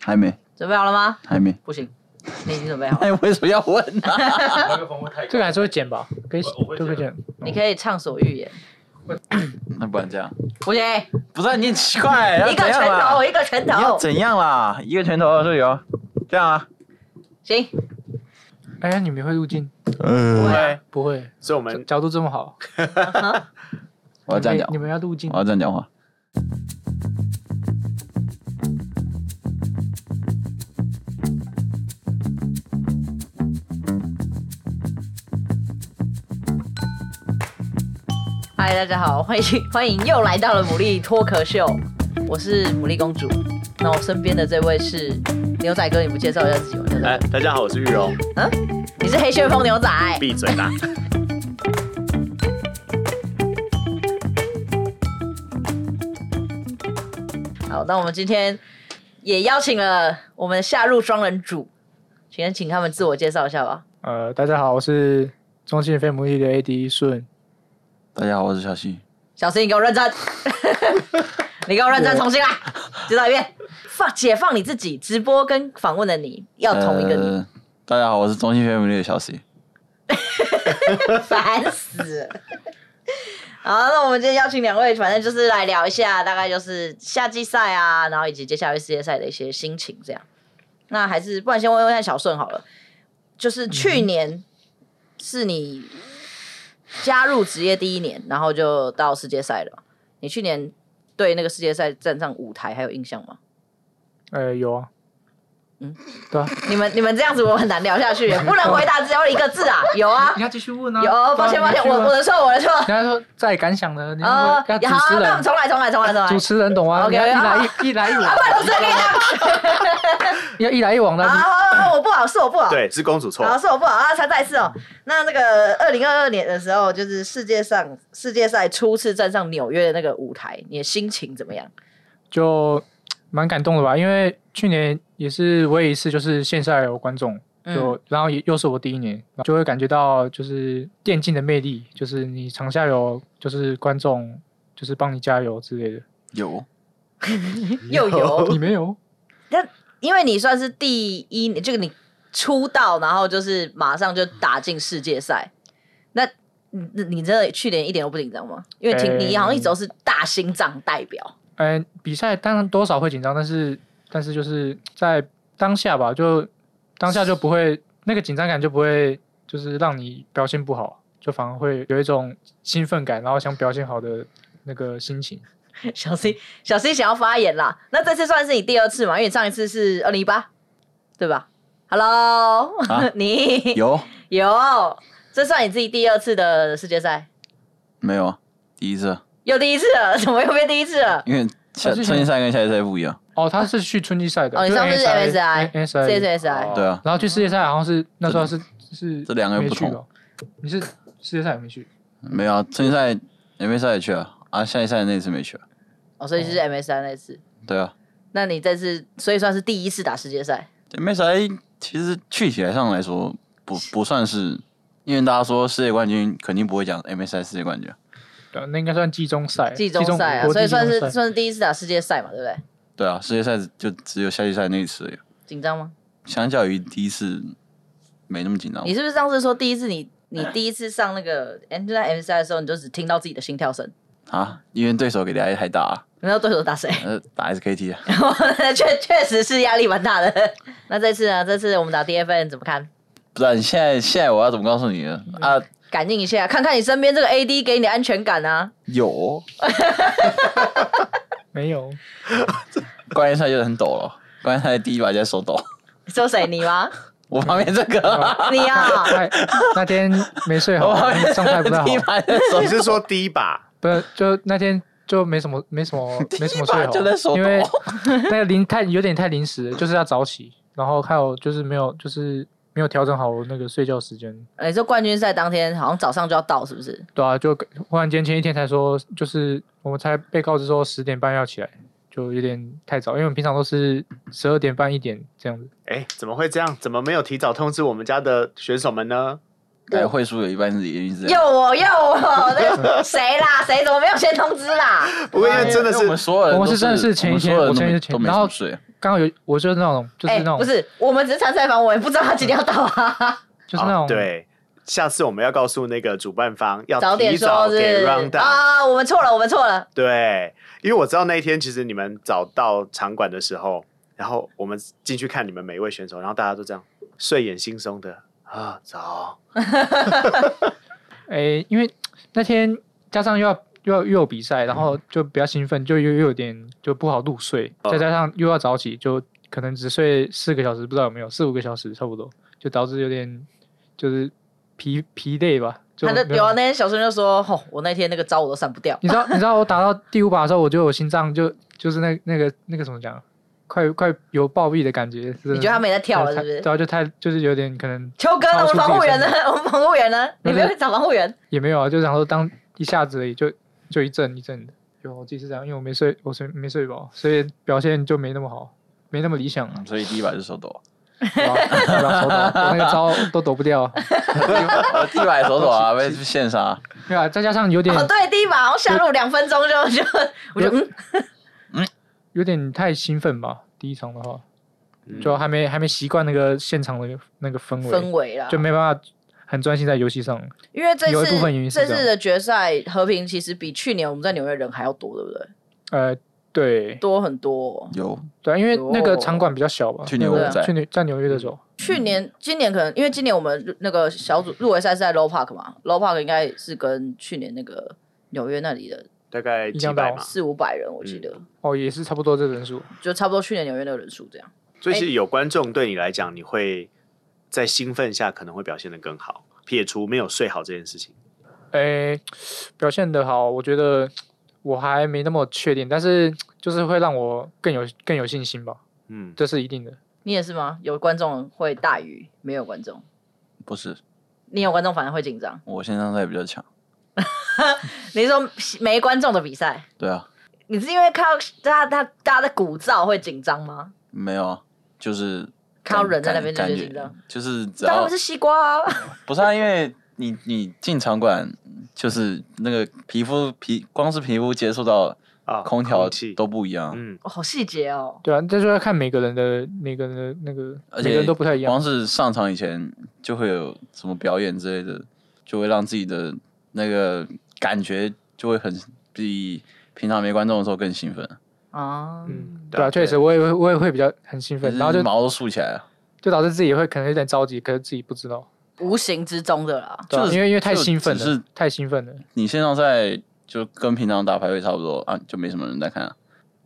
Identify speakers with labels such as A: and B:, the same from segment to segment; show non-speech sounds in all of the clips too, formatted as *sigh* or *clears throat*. A: 还没，
B: 准备好了吗？
A: 还没。
B: 不行，你已经准备好
A: *laughs*
B: 了，
A: 哎，为什么要问呢、
C: 麦克风会太
D: 这个还是会剪吧？可以
C: 我会
D: 都可以剪。
A: 嗯
B: 你可以畅所欲言。
A: *laughs* 那不然这样，
B: 不行，
A: 不是、啊、你很奇怪，要
B: 一个
A: 怎样
B: 拳
A: 啦？
B: 头，一个拳
A: 你要
B: 头，
A: 怎样啦？一个拳头就有，这样啊？
B: 行，
D: 哎呀，你们会入镜？
B: 不会
A: 嗯，
B: 啊
C: 对，
D: 不会，
C: 所以我
D: 角
C: 们
D: 角度这么好。
A: 我要这样讲
D: 你，们要入镜
A: 我？要这样讲话。
B: 嗨，大家好，欢迎 *laughs* 欢迎又来到了牡蛎脱壳秀，我是牡蛎公主。那我身边的这位是牛仔哥，你不介绍一下自己吗？牛
C: 哎
B: 仔哥，，
C: 大家好，我是玉荣，
B: 你是黑旋风牛仔。
C: 闭嘴啦！
B: 好，那我们今天也邀请了我们夏入双人组，请请他们自我介绍一下吧。
D: 呃，大家好，我是中信飞母翼的 AD 顺。
A: 大家好，我是小西。
B: 小新，你给我认真，你给我认真，
D: 我
B: 重新来，知道一遍。放解放你自己，直播跟访问的你要同一个你，
A: 呃。大家好，我是中心学母力的小西。
B: 烦死了。好，那我们今天邀请两位，反正就是来聊一下，大概就是夏季赛啊，然后以及接下来世界赛的一些心情这样。那还是不然先问问看小顺好了，就是去年是你加入职业第一年，然后就到世界赛了嘛。你去年对那个世界赛站上舞台还有印象吗？
D: 呃，有啊。
B: 嗯，
D: 对啊。
B: 你们你们这样子我很难聊下去，不能回答只有一个字啊！有啊
D: *laughs* 你，要继续问啊。
B: 有，抱歉抱歉，我我
D: 我。
B: 的错我的错。
D: 你要说在感想的，你要
B: 呃，
D: 问
B: 好，
D: 要主持
B: 那我
D: 人
B: 们。重来重来重来重来。
D: 主持人懂吗？
B: OK，
D: 你要一来
B: 啊
D: 一一来一
B: 啊，
D: 往，
B: 不然我随便
D: 要一来一往的。
B: 啊，
D: 你
B: 好好好我不好是我不好，
C: 对，是公主错，
B: 好是我不好啊，才再一次哦。那那个二零二二年的时候，就是世界上世界赛初次站上纽约的那个舞台，你的心情怎么样？
D: 就蛮感动的吧，因为去年也是唯一一次就是线下有观众，
B: 嗯
D: 就、然后也又是我第一年，就会感觉到就是电竞的魅力，就是你场下有就是观众就是帮你加油之类的。
A: 有，
B: 又有，
D: 你没有？
B: 因为你算是第一年，就是你出道，然后就是马上就打进世界赛，那。你你你真的去年一点都不紧张吗？因为听你好像一直都是大心脏代表，
D: 嗯、比赛当然多少会紧张，但是但是就是在当下吧，就当下就不会那个紧张感就不会就是让你表现不好，就反而会有一种兴奋感，然后想表现好的那个心情。
B: 小 C 小 C 想要发言啦，那这次算是你第二次嘛？因为你上一次是二零一八，对吧？Hello，、
A: 啊
B: *laughs* 你
A: 有
B: 有，这算你自己第二次的世界赛，
A: 没有啊？第一次，
B: 又第一次了， *laughs* 怎么又变第一次了？
A: 因为下
D: 啊之前
A: 春季赛跟夏季赛不一样。
D: 哦，他是去春季赛的。
B: 哦，你上次是 MSI，
D: MSI，
B: 这次 MSI，
C: 哦
A: 对啊，
D: 然后去世界赛好像是那时候是是
A: 这两个
D: 没
A: 不
D: 去
A: 同
D: 吧？你是世界赛有没去？
A: 没有啊，春季赛、也没赛也去了啊，夏季赛那次没去啊。
B: 哦，所以是 MSI 那次。
A: 对啊，
B: 那你这次所以算是第一次打世界赛，
A: 没赛其实具体来上来说，不不算是，因为大家说世界冠军肯定不会讲 MSI 世界冠军啊，
D: 对啊，那应该算季中赛，
B: 季中赛啊，
D: 国际
B: 所以算是
D: 季中赛
B: 算是第一次打世界赛嘛，对不对？
A: 对啊，世界赛就只有夏季赛那一次而已啊。
B: 紧张吗？
A: 相较于第一次没那么紧张
B: 你。是不是上次说第一次你你第一次上那个 N 就在 MSI 的时候，你就只听到自己的心跳声？
A: 啊，因为对手给的压力太大了，
B: 你知道对手打谁？
A: 呃，打 SKT 啊，
B: *laughs* 确确实是压力蛮大的。 *laughs* 那这次呢？这次我们打 DFN 怎么看？
A: 不然现在现在我要怎么告诉你呢？
D: 嗯
A: 啊，
B: 感应一下，看看你身边这个 AD 给你的安全感啊。
A: 有
B: *laughs*
D: 没有
A: 冠军赛就是很抖了，冠军赛第一把就在手抖，
B: 说谁你吗？ *laughs*
A: 我旁边这个，
B: 你啊，
D: 哎那天没睡
A: 我
D: 好，
A: 旁边
D: 状态不太好
A: 第一，把就在手
C: 你是说第一把？
D: 不是就那天。就没什么，没
A: *laughs*
D: 什么，没什么睡
A: 第一把就在手
D: 好，
A: 抖
D: 因为 *laughs* 那个临太有点太临时了，就是要早起，然后还有就是没有，就是没有调整好我那个睡觉时间，
B: 呃你说冠军赛当天好像早上就要到，是不是？
D: 对啊，就忽然间前一天才说，就是我们才被告知说十点半要起来，就有点太早，因为我们平常都是十二点半一点这样子。
C: 哎，怎么会这样？怎么没有提早通知我们家的选手们呢？
A: 改会输有一半是原因是这
B: 又
A: 样。
B: 我又我，那
D: *laughs*
B: 谁啦？谁怎么没有先通知啦？
C: 不过因为真的
A: 因为我们
C: 是
A: 所有人都，
D: 我们是真的是前一天
A: 我们
D: 我
A: 所
D: 前
A: 有
D: 一
A: 人
D: 天
A: 都没都没
D: 然
A: 什
D: 后
A: 么睡，
D: 刚好有，我就是那种，就是
B: 哎、
D: 那种，
B: 不是，我们只是参赛房，我们不知道他几点要到啊。
D: 就是那
C: 哦
D: 种，
C: 对。下次我们要告诉那个主办方，要
B: 早点
C: 提
B: 说
C: 早
B: 是
C: 给
B: 不
C: round
B: 是
C: down，、
B: 啊，我们错了，我们错了。
C: 对，因为我知道那一天其实你们早到场馆的时候，然后我们进去看你们每一位选手，然后大家都这样睡眼惺忪的啊，早，
D: 哎、因为那天加上又要又要又有比赛，然后就比较兴奋，就又又有点就不好入睡，
C: 嗯哦
D: 再加上又要早起，就可能只睡四个小时，不知道有没有四五个小时差不多，就导致有点就是疲疲累吧。就
B: 他的
D: 没
B: 有啊，
D: 办法
B: 那天小孙就说：“吼、我那天那个招我都散不掉。
D: 你知道你知道我打到第五把的时候，我觉得我心脏就就是那那个那个怎么讲，快快有暴毙的感觉。
B: 你
D: 你
B: 觉得他没在跳了是不是
D: 对啊，就太就是有点可能
B: 秋哥呢？我们
D: 超出
B: 防护员呢
D: 自己？
B: 我们防护员呢？你
D: 那是
B: 没有去找防护员？
D: 也没有啊，就想说当一下子而已，就就一阵一阵的。有我自己是这样，因为我没睡，我睡没睡饱，所以表现就没那么好，没那么理想了
A: 嗯。所以第一把是手抖，
D: 对吧对吧手抖我那个招都抖不掉，
A: 啊第一把也手抖 *laughs* 啊，被线杀。
D: 对啊，再加上有点
B: 哦，对，第一把好像下路两分钟就就，我就嗯，
D: 有点太兴奋吧。第一场的话，
C: 嗯
D: 就还没还没习惯那个现场的那个氛
B: 氛
D: 围，
B: 围啦。
D: 就没办法很专心在游戏上。
B: 因为这
D: 有
B: 次
D: 一部分原因是
B: 这
D: 这样
B: 次的决赛和平其实比去年我们在纽约人还要多，对不对？
D: 呃，对
B: 多很多哦、嗯
A: 有
D: 对啊，因为那个
B: 有
D: 场馆比较小吧。
A: 去年
D: 那个
B: 我
A: 在
D: 去年在纽约的时候，
B: 去年、
D: 嗯
B: 今年可能因为今年我们那个小组入围赛是在 Low Park 嘛，Low Park 应该是跟去年那个纽约那里的
C: 大概
D: 一
C: 几
D: 样
C: 百
D: 到
C: 嘛，
B: 四五百人，我记得、
D: 哦，也是差不多这人数。
B: 就差不多去年纽约那个人数这样。
C: 所以其实
A: 哎
C: 有观众对你来讲，你会在兴奋下可能会表现得更好，撇除没有睡好这件事情。
D: 诶、表现的好，我觉得我还没那么确定，但是就是会让我更有更有信心吧，
C: 嗯，
D: 这是一定的。
B: 你也是吗？有观众会大于没有观众，
A: 不是，
B: 你有观众反而会紧张。
A: 我线上赛比较强。
B: 你是说没观众的比赛，
A: 对啊，
B: 你是因为看到大家大大家的鼓噪会紧张吗？
A: 没有啊，就是
B: 看到人在那
A: 感
B: 边就
A: 感
B: 觉
A: 感
B: 得
A: 觉
B: 紧张，
A: 就是只
B: 当
A: 要
B: 然是西瓜啊！ *laughs*
A: 不是啊，因为你你进场馆就是那个皮肤皮光是皮肤接触到
C: 啊，
A: 空调
C: 气，
A: 都不一样，
C: 嗯，
B: 哦、好细节哦。
D: 对啊，这就要看每个人的每个人的那个，
A: 而
D: 每个
A: 且
D: 人都不太一样
A: 光。是上场以前就会有什么表演之类的，就会让自己的那个感觉就会很比平常没观众的时候更兴奋，
B: 啊，
D: 嗯，
C: 对
D: 对
C: 啊
D: 啊，确实，我也会我也会比较很兴奋，然后
A: 就是
D: 就
A: 毛都竖起来啊了。
D: 就导致自己会可能有点着急，可是自己不知道，
B: 无形之中的啦。
D: 对啊
A: 就是
D: 因为因为太
A: 就
D: 兴奋
A: 只是
D: 了，太兴奋了。
A: 你线上赛就跟平常打排位差不多啊，就没什么人在看啊、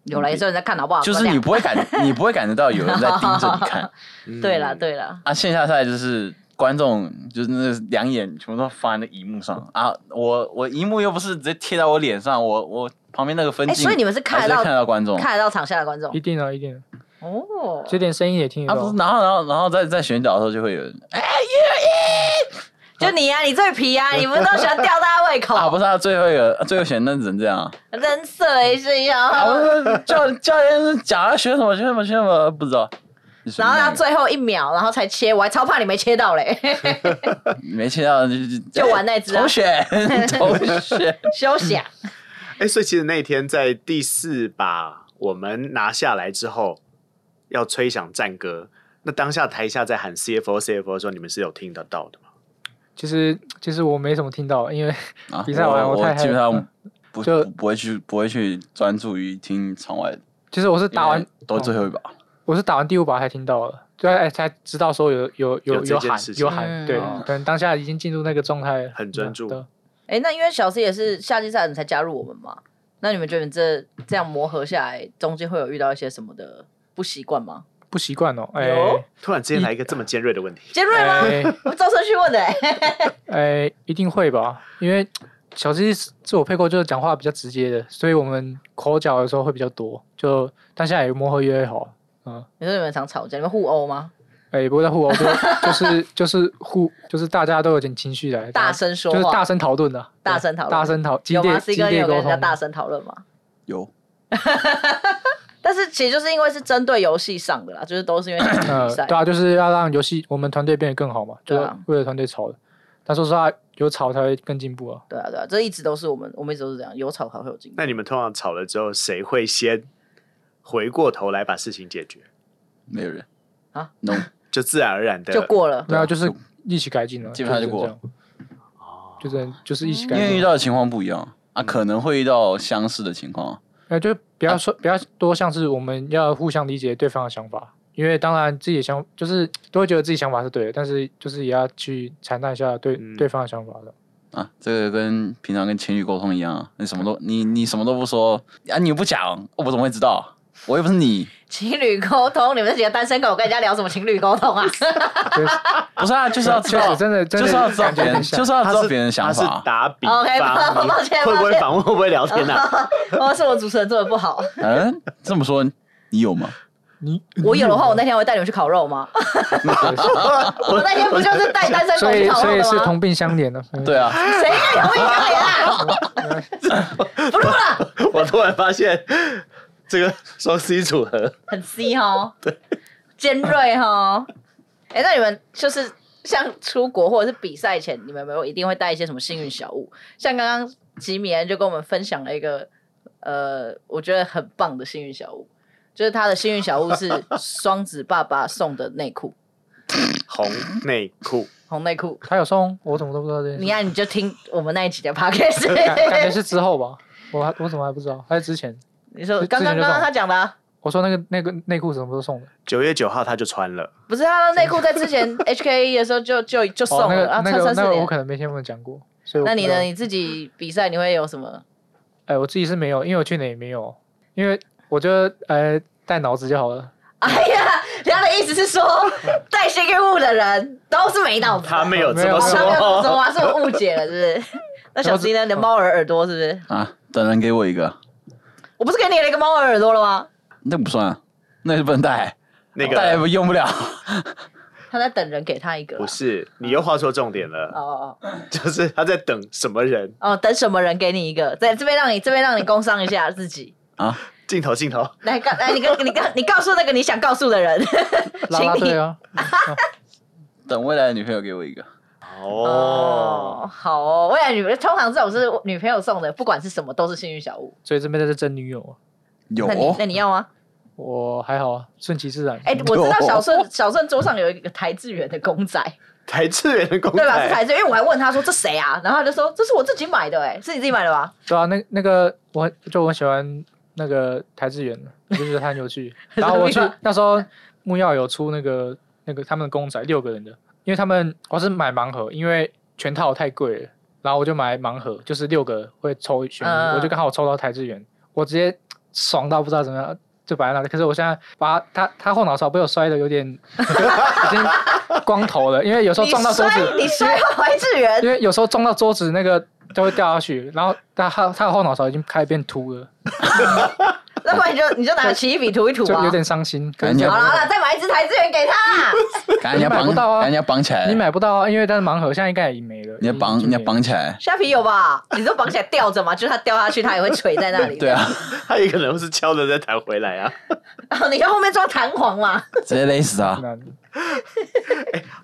B: 有来也是有人在看，好
D: 啊
B: 不好？
A: 就是
B: 观
A: 你
B: 众
A: 不会
D: *laughs*
A: 感，你不会感觉到有人在盯着你看
C: 嗯
B: 对啦，，对啦，
A: 啊。线下赛就是观众就是那两眼全部都放在那荧幕上啊，我我荧幕又不是直接贴到我脸上，我我旁边那个分
B: 哎，
A: 镜，
B: 所以你们是看得
A: 还
B: 到
A: 是看得到观众，啊
B: 看得到场下的观众
D: 一定啊，一定啊，
B: 哦。
D: 就连声音也听得
A: 啊
D: 到。
A: 不是，然后然后然后在在选角的时候就会有人哎
B: 就你啊，你最皮啊，你不是都喜欢吊大家胃
D: *laughs*
B: 口？
A: 啊，不是啊，最后一个最后选那只能这样
B: *laughs*
A: 啊，
B: 人设也是一样。
A: 啊我说教教练是讲他选什么选什么选什么不知道，
B: 然后到最后一秒，然后才切，我还超怕你没切到嘞， *laughs*
A: 没签到就哎
B: 就玩那只啊
A: 重 *laughs* 选重选，
B: 休息啊！
C: 哎、所以其实那天在第四把我们拿下来之后，要吹响战歌，那当下台下在喊 CFO CFO 的时候，你们是有听得到的吗？
D: 其实其实我没什么听到，因为
A: 啊
D: *laughs* 比赛完
A: 我
D: 我太
A: 基本
D: 嗨
A: 上
D: 了
A: 不
D: 就
A: 不不会去不会去专注于听场外的，
D: 其实我是打完哦
A: 因为都是最后一把，
D: 我是打完第五把才听到了，对，哎才知道说有有
C: 有
D: 有
C: 这
D: 有
C: 件
D: 喊
C: 事情
D: 有喊，
B: 嗯
D: 对
A: 哦，
D: 可能当下已经进入那个状态了，
C: 很专注
D: 对
B: 哎，那因为小 C 也是夏季赛你才加入我们嘛，那你们觉得你这这样磨合下来，中间会有遇到一些什么的不习惯吗？
D: 不习惯哦，哎
B: 有
C: 突然之间来一个这么尖锐的问题，
B: 杰瑞吗？
D: 哎
B: 我照顺序问的，哎，
D: 哎，一定会吧，因为小鸡是我配过，就是讲话比较直接的，所以我们口角的时候会比较多，就当下也磨合越来越好，嗯，
B: *laughs* 你说你们常吵架，你们互殴吗？
D: 哎，不过在互殴，不过就是 *laughs* 就是互就是大家都有点情绪来，
B: 大声说
D: 就是
B: 话
D: 大，声讨论的，
B: 大声讨论
D: 大声讨激
B: 有吗
D: 烈
B: ？C
D: 激
B: 哥，你
D: 烈
B: 有跟
D: 沟
B: 人家
D: 通，
B: 大声讨论吗？
A: 有
B: 但是其实就是因为是针对游戏上的啦，就是都是因为比
D: 呃，
B: 赛
D: 对。啊，就是要让游戏我们团队变得更好嘛，就
B: 对
D: 是
B: 啊
D: 为了团队吵的。但说实话，有吵才会更进步啊。
B: 对啊，对啊，这一直都是我们，我们一直都是这样，有吵才会有进步。
C: 那你们通常吵了之后，谁会先回过头来把事情解决？
A: 没有人
B: 啊
A: ，no，
C: 就自然而然的
B: 就过了，
D: 没有，就是
A: 就
D: 一起改进了，
A: 基本上就
D: 就
A: 过
D: 是
C: 哦
D: 这样，就这样，就是一起
A: 嗯因
D: 改
A: 为遇
D: 进。
A: 到的情况不一样啊，可能会遇到相似的情况，
D: 呃，就不要说，不要多像是我们要互相理解对方的想法，因为当然自己的想就是都会觉得自己想法是对的，但是就是也要去采纳一下对
C: 嗯
D: 对方的想法的。
A: 啊，这个跟平常跟情侣沟通一样啊，你什么都你你什么都不说啊，你又不讲，我怎么会知道？我又不是你，
B: 情侣沟通，你们这几个单身狗跟人家聊什么情侣沟通啊？ *laughs*
A: 不是啊， *laughs* 就是要知
D: 确
A: 道
D: 实，，真的真
A: 就
D: 的
A: 是要知道
D: 感觉
A: 别人，
D: 很像
A: 就是要知
C: 他
A: 道
C: 是
A: 别人的想
C: 他
A: 法
C: 是打比
B: OK，
C: 方，
B: 抱歉
C: 你会不
B: 抱
C: 会
B: 歉
C: 访问，会不会聊天
B: *laughs*
C: 啊？
B: 哦，是我主持人做的不好。
A: 啊。嗯，这么说你有吗？
D: 你
B: 我有的话，我那天会带你们去烤肉吗？ *laughs* 我那天不就是带单身狗
D: 所以
B: 去烤
D: 所以
B: 肉
D: 是
B: 了吗？
D: 同病相怜的。呃嗯
A: 对啊，
B: 谁跟你同一张脸啊？不录
D: *laughs*
B: 了，
C: 我突然发现这个双 C 组合，
B: 很 C 哈，尖锐哈。哎，那你们就是像出国或者是比赛前，你们有没有一定会带一些什么幸运小物？像刚刚吉米恩就跟我们分享了一个，呃，我觉得很棒的幸运小物，就是他的幸运小物是双子爸爸送的内裤，
C: 红内裤，
B: 红内裤。
D: 他有送，我怎么都不知道这件事。
B: 你看，你就听我们那一集的 podcast，
D: 感 *laughs* 感觉是之后吧，我还我怎么还不知道？还是之前
B: 你说
D: 之
B: 刚刚
D: 之前就
B: 刚刚
D: 放
B: 他讲的、啊，
D: 我说那个那个内裤什么时候送的？
C: 九月九号他就穿了，
B: 不是他的内裤在之前 *laughs* HKE 的时候就就就送
D: 哦，那
B: 了，
D: 个、
B: 然后
D: 那
B: 穿
D: 个
B: 三四
D: 那个我
B: 年。
D: 可能没听他们讲过，所以我
B: 那
D: 不
B: 你
D: 知道
B: 呢？？你自己比赛你会有什么？ *laughs*
D: 哎、我自己是没有，因为我去年也没有，因为我觉得呃带脑子就好了。
B: 哎呀，人家的意思是说，带性运物的人都是没脑子的。
C: 他没有这
D: 没有
C: 么
B: 哦，他没有这么说
C: 说。
B: 啊，是我误解了，
D: *laughs*
B: 是不是？那小 C 呢？你的猫耳耳朵是不是？
A: 啊，等人给我一个，
B: 我不是给你了一个猫耳耳朵了吗？
A: 那不算啊，那是不能带，
C: 那
A: 带
C: 个
A: 不用不了。
B: 他在等人给他一个啦。
C: 不是，你又画错重点了，
B: 哦哦哦
C: 就是他在等什么人？
B: 哦，等什么人给你一个？在这边让你这边让你工商一下自己。
C: 镜头镜头，
B: 来告来，你跟你跟你告诉那个你想告诉的人，
D: 拉拉
B: 请你
D: 队啊，
A: 等未来的女朋友给我一个，
C: 哦，
B: 好哦，未来女通常这种是女朋友送的，不管是什么都是幸运小物。
D: 所以这边在争女友啊，
A: 有哦
B: 那你那你要吗？
D: 我还好啊，顺其自然。
B: 哎、我知道小顺小顺桌上有一个台志远的公仔，
C: 台志远的公
B: 对吧？是台
C: 仔，
B: 志远，因为我还问他说这谁啊，然后他就说这是我自己买的、哎，是你自己买的吧？
D: 对啊，那那个我很就我很喜欢那个台志远，我就觉得他很有
B: *laughs*
D: 趣。然后我去
B: 什么意思
D: 那时候木曜有出那个那个他们的公仔六个人的，因为他们我是买盲盒，因为全套太贵了，然后我就买盲盒，就是六个会抽选一，
B: 嗯
D: 我就刚好抽到台志远，我直接爽到不知道怎么样。就摆在那里，可是我现在把他他他后脑勺被我摔的有点 *laughs* 已经光头了，因为有时候
B: 你
D: 撞到桌
B: 摔
D: 子，
B: 你摔到台志远，
D: 因为有时候撞到桌子，那个都会掉下去，然后他他他的后脑勺已经开始变秃了，
B: 要不然你就你就拿起一笔涂一涂
D: 就
B: 啊
D: 有。点伤心。
A: 感觉
B: 好了好了，再买一只台志远给他。
D: *laughs*
A: 赶紧要
D: 你买
A: 绑
D: 不到啊
A: 赶紧要绑起来
D: 你，买不到啊，因为它是盲盒，现在应该也没了。
A: 你要绑，
D: 已经
A: 你要
D: 没了。
A: 绑起来。
B: 虾皮有吧？你都绑起来吊着嘛，就是它掉下去，它也会垂在那
A: *laughs*
B: 里。
A: 对啊，
C: 他也可能是敲了再弹回来啊。
B: 然后你在后面抓弹簧嘛。
A: 啊直接勒死他。
D: 那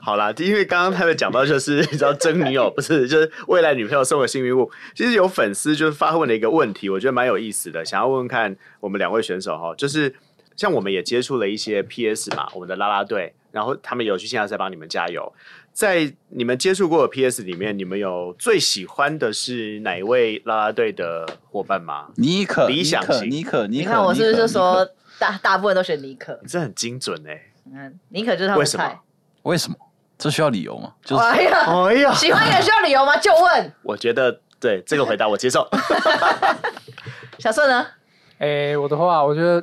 C: 好啦，因为刚刚他们讲到，就是 *laughs* 你知道争女友不是，就是未来女朋友送的幸运物。其实有粉丝就是发问了一个问题，我觉得蛮有意思的，想要问问看我们两位选手哈，就是像我们也接触了一些 PS 嘛，我们的啦啦队，然后他们有去线下在帮你们加油。在你们接触过的 PS 里面，你们有最喜欢的是哪一位啦啦队的伙伴吗？
A: 尼可，
C: 理想型
A: 尼可，尼可，
B: 你看我是不是
A: 尼
B: 就
A: 可尼
B: 说
A: 可
B: 大大部分都选尼克？
C: 你这很精准哎、
B: 嗯，尼克就是他
C: 为
B: 们
C: 什么
B: 菜。
A: 为什么？这需要理由吗？就是
B: 哎呀，
C: 哎呀，
B: 喜欢一个人需要理由吗？就问
C: 我觉得对这个回答我接受。
B: 小顺呢？
D: 哎，我的话，我觉得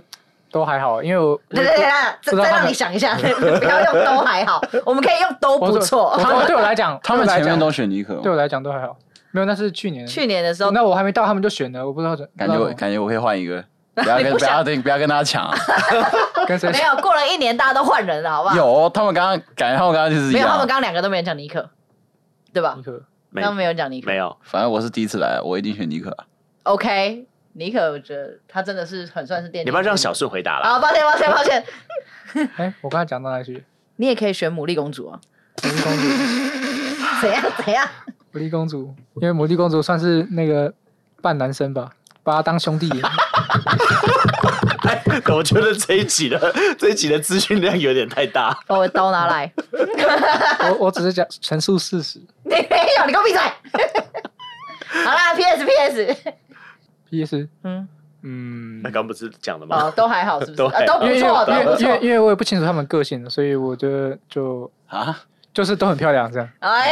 D: 都还好，因为我
B: 对对对，再
D: 不知道
B: 再
D: 他们
B: 让你想一下，不要用都还好，我们可以用都
D: 我
B: 不错
D: 我。我对我来讲，
A: *laughs* 他们
D: 对我来
A: 前面
D: 讲
A: 都选尼可吗，
D: 对我来讲都还好，没有那是去年。
B: 去年的时候，
D: 那我还没到，他们就选了，我不知道怎
A: 感觉
D: 不
A: 我
D: 知道
A: 感觉我可以换一
B: *laughs*
A: 个，不要
B: 你
A: 跟
B: 不
A: 不
B: 想
A: 要跟不要跟他抢啊。
D: 跟谁
B: 没有过了一年，大家都换人了， *laughs* 好不好？
A: 有，他们刚刚感觉他们刚刚就是一
B: 没有？他
A: 样。
B: 们
A: 啊
B: 刚刚两个都没人讲尼克，对吧
D: 尼？克
C: 没
B: 他们没有讲尼克
C: 没。有，
A: 反正我是第一次来，我一定选尼可。啊
B: OK，尼克，我觉得他真的是很算是电。
C: 你要不要让小？顺回答啦？
B: 啊，抱歉，抱歉，抱歉。
D: 哎，我刚才讲到哪里去？
B: 你也可以选牡蛎公主啊，
D: 我是公主，
B: 怎样怎样？
D: 牡蛎公主，因为牡蛎公主算是那个半男生吧，把她当兄弟演。
C: 哎， *laughs* 我觉得这一集的 *laughs* 这一集的资讯量有点太大。
B: 把我的刀拿来！
D: 我我只是讲陈述事实。
B: 你没有，你给我闭嘴！好啦，PS PS，
D: P.S.
B: 嗯，
D: 嗯
C: 那，刚不是讲了
B: 哦，
C: 吗？
B: 都还好，是不是？
C: *laughs* 都
B: 啊
C: 还好
B: 都不
D: 因为因
B: 错，
D: 为
B: 都不
D: 因为
B: 错。
D: 因为我也不清楚他们个性，所以我觉得就
A: 啊
D: 就是都很漂亮这样。
B: 哎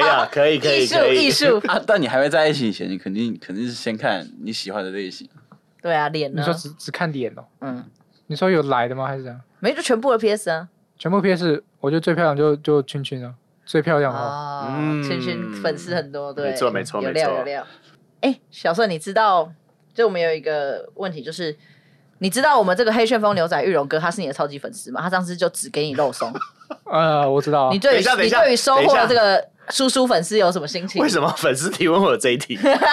B: 呀，
C: 呀，可以可
B: *laughs* 艺
C: 以
B: 术
C: 可
B: 艺
C: 以，
B: 术，
A: 啊！但你还没在一起以前，你肯定肯定是先看你喜欢的类型。
B: 对啊，脸
D: 你
B: 呢
D: 说？只只看脸哦？
B: 嗯，
D: 你说有来的吗？还是怎样？
B: 没就全部的 PS 啊。
D: 全部 P.S. 我觉得最漂亮就就圈圈啊，最漂亮哦。
B: 哦，
C: 嗯
B: 圈圈粉丝很多，对，
C: 没错没错
B: 有
C: 没
B: 料
C: 错
B: 有料。哎，小顺，你知道，就我们有一个问题，就是你知道我们这个黑旋风牛仔玉龙哥他是你的超级粉丝吗？他上次就只给你肉松，
D: 呃，我知道啊
B: 哦你。对于
C: 等一下等
B: 你
C: 一下
B: 对于收
C: 等一
B: 获
C: 下
B: 这个叔叔粉丝有什么心情
C: 为？什么粉丝提问我有这一
B: *laughs*
C: 题？
D: 对啊，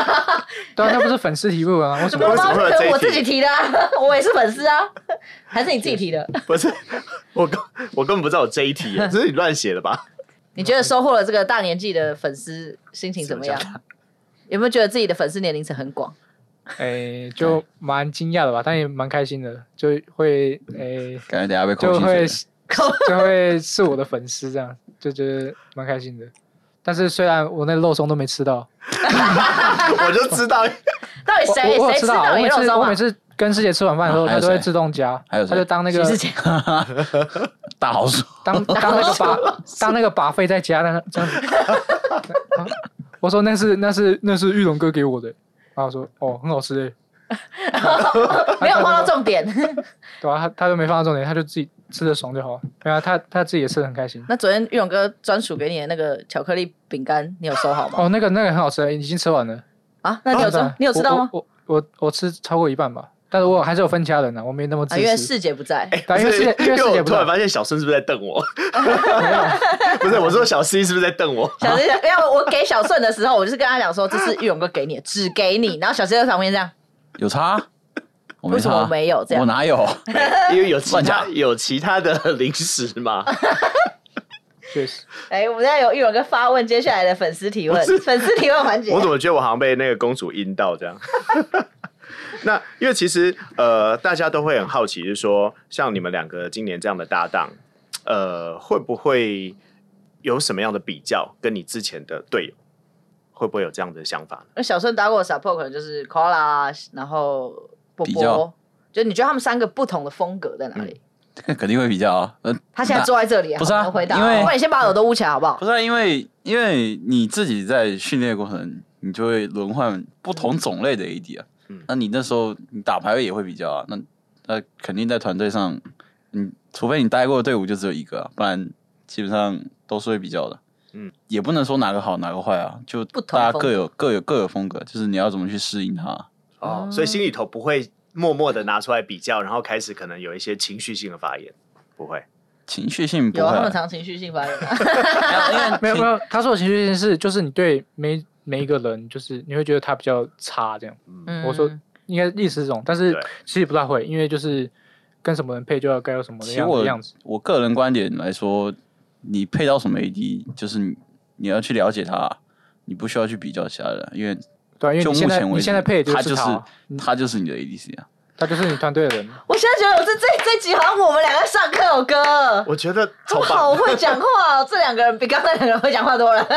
D: 那不是粉丝提问啊？为什
B: 怎
D: 么
B: 么
C: 为
B: 了
C: 什
B: 吗？
C: 么会
B: 这
C: 有这
B: 个
C: 一
B: 我自己提的啊，我也是粉丝啊，还是你自己提的？
C: 不是，我根我根本不知道有这一题耶，
B: *laughs*
C: 这是你乱写的吧？
B: 你觉得收获了这个大年纪的粉丝，心情怎么样
C: 怎？
B: 有没有觉得自己的粉丝年龄层很广？
D: 哎，就蛮惊讶的吧，但也蛮开心的，就会哎，
A: 感觉等下被扣
D: 就
A: 薪
D: 会
A: 水。 *laughs*
D: 就会是我的粉丝，这样就觉得蛮开心的。但是虽然我那肉松都没吃到，
C: 我就知道，
B: 到底
D: 我
B: 哎谁
D: 我我
B: 谁
D: 有
B: 吃
D: 吃到，
B: 到
D: 我
B: 你
D: 每
B: 的肉
D: 次
B: 松
D: 我
B: 啊
D: 每？次跟师姐吃晚饭的时候，
A: 啊还
D: 她
A: 有
D: 都会
A: 谁
D: 自动加，
A: 还有
D: 她
A: 谁
D: 就当那个
B: 徐世杰
A: *laughs* 大老鼠， *laughs*
D: 当当那个把当那个把费在加，那这样子。 *laughs* 啊我说那是那是那是玉龙哥给我的，然后我说哦很好吃诶，
B: 没有画到重
D: *laughs*
B: 点。 *laughs*
D: 对啊，他他都没放到重点，他就自己吃的爽就好了。对啊，他他自己也吃的很开心。
B: 那昨天玉勇哥专属给你的那个巧克力饼干，你有收好吗？
D: 哦，那个那个很好吃，已经吃完了。
B: 啊，那你有
D: 对
B: 收
D: 啊？
B: 你有吃到吗？
D: 我我我我吃超过一半吧，但是我还是有分其他人的，我没那么自
B: 啊，因为
D: 私。
B: 世姐不在，
D: 对啊因为世界因
C: 因
D: 为世
C: 我
D: 界不
C: 突然
D: 在，
C: 发现小孙是不是在瞪我？ *laughs* 不是，我说小 C 是不是在
B: *laughs*
C: 瞪我？
B: *laughs* 小杰，
D: 啊
B: 因为我给小顺的时候，我就是跟他讲说，这是玉勇哥给你的，只给你。然后小杰在旁边这样，
A: 有差？啊我没
B: 为什么
D: 啊
A: 差，啊
B: 我没有这样
A: 我哪有？ *laughs*
C: 因为有其
A: 乱
C: 他
A: 讲
C: 有其他的零食嘛？
D: 确实。
B: 哎，我们现在有玉勇哥发问，接下来的粉丝提问
C: 不是，
B: 粉丝提问环节
C: *laughs* 我。怎么觉得我好像被那个公主阴到这样？ *laughs* 那因为其实呃，大家都会很好奇，就是说像你们两个今年这样的搭档，呃，会不会有什么样的比较？跟你之前的队友会不会有这样的想法呢？
B: 那小顺打过的 support 可能就是 Koala，啊然后波
A: 比
B: 波
A: 较，
B: 就你觉得他们三个不同的风格在哪里？
A: 这个肯定会比较啊。呃，
B: 他现在
A: 那
B: 坐在这里，
A: 不是啊
B: 好能回答，
A: 因为
B: 要不然你先把耳朵捂起来好不好
A: 不？是啊因为因为你自己在训练过程，你就会轮换不同种类的 AD 啊。
C: 嗯
A: 那你那时候你打排位也会比较啊，那那肯定在团队上，你除非你待过的队伍就只有一个、啊，不然基本上都是会比较的。
C: 嗯，
A: 也不能说哪个好哪个坏啊，就
B: 不同
A: 大家
B: 风
A: 各有各有各有风格，就是你要怎么去适应它。
C: 哦，
B: 嗯
C: 所以心里头不会默默的拿出来比较，然后开始可能有一些情绪性的发言，不会。
A: 情绪性不会
B: 有啊，他
A: 啊，
B: 们常情绪性发言啊。
A: 没有因为
D: 没有
A: 情
B: *laughs*
D: 没有，他说的情绪性是就是你对每每一个人，就是你会觉得他比较差这样。
B: 嗯
D: 我说应该意思是这种，但是
C: 对
D: 其实不大会，因为就是跟什么人配就要该有什么
A: 其实
D: 样的
A: 我
D: 样子。
A: 我个人观点来说，你配到什么 AD，就是你你要去了解他，你不需要去比较其他人，因为
D: 对啊，因为
A: 就
D: 你
A: 目
D: 现在
A: 前为止，
D: 你现在配的
A: 他
D: 是
A: 就是
D: 他啊，
A: 他就是你的 ADC 啊。
D: 他就是你团队的人。
B: 我现在觉得我这这这集好像我们两个上课哦有歌，
C: 我觉得
B: 他
C: 超
B: 们好
C: 棒，
B: 会讲话哦，这两个人比刚才两个人会讲话多了。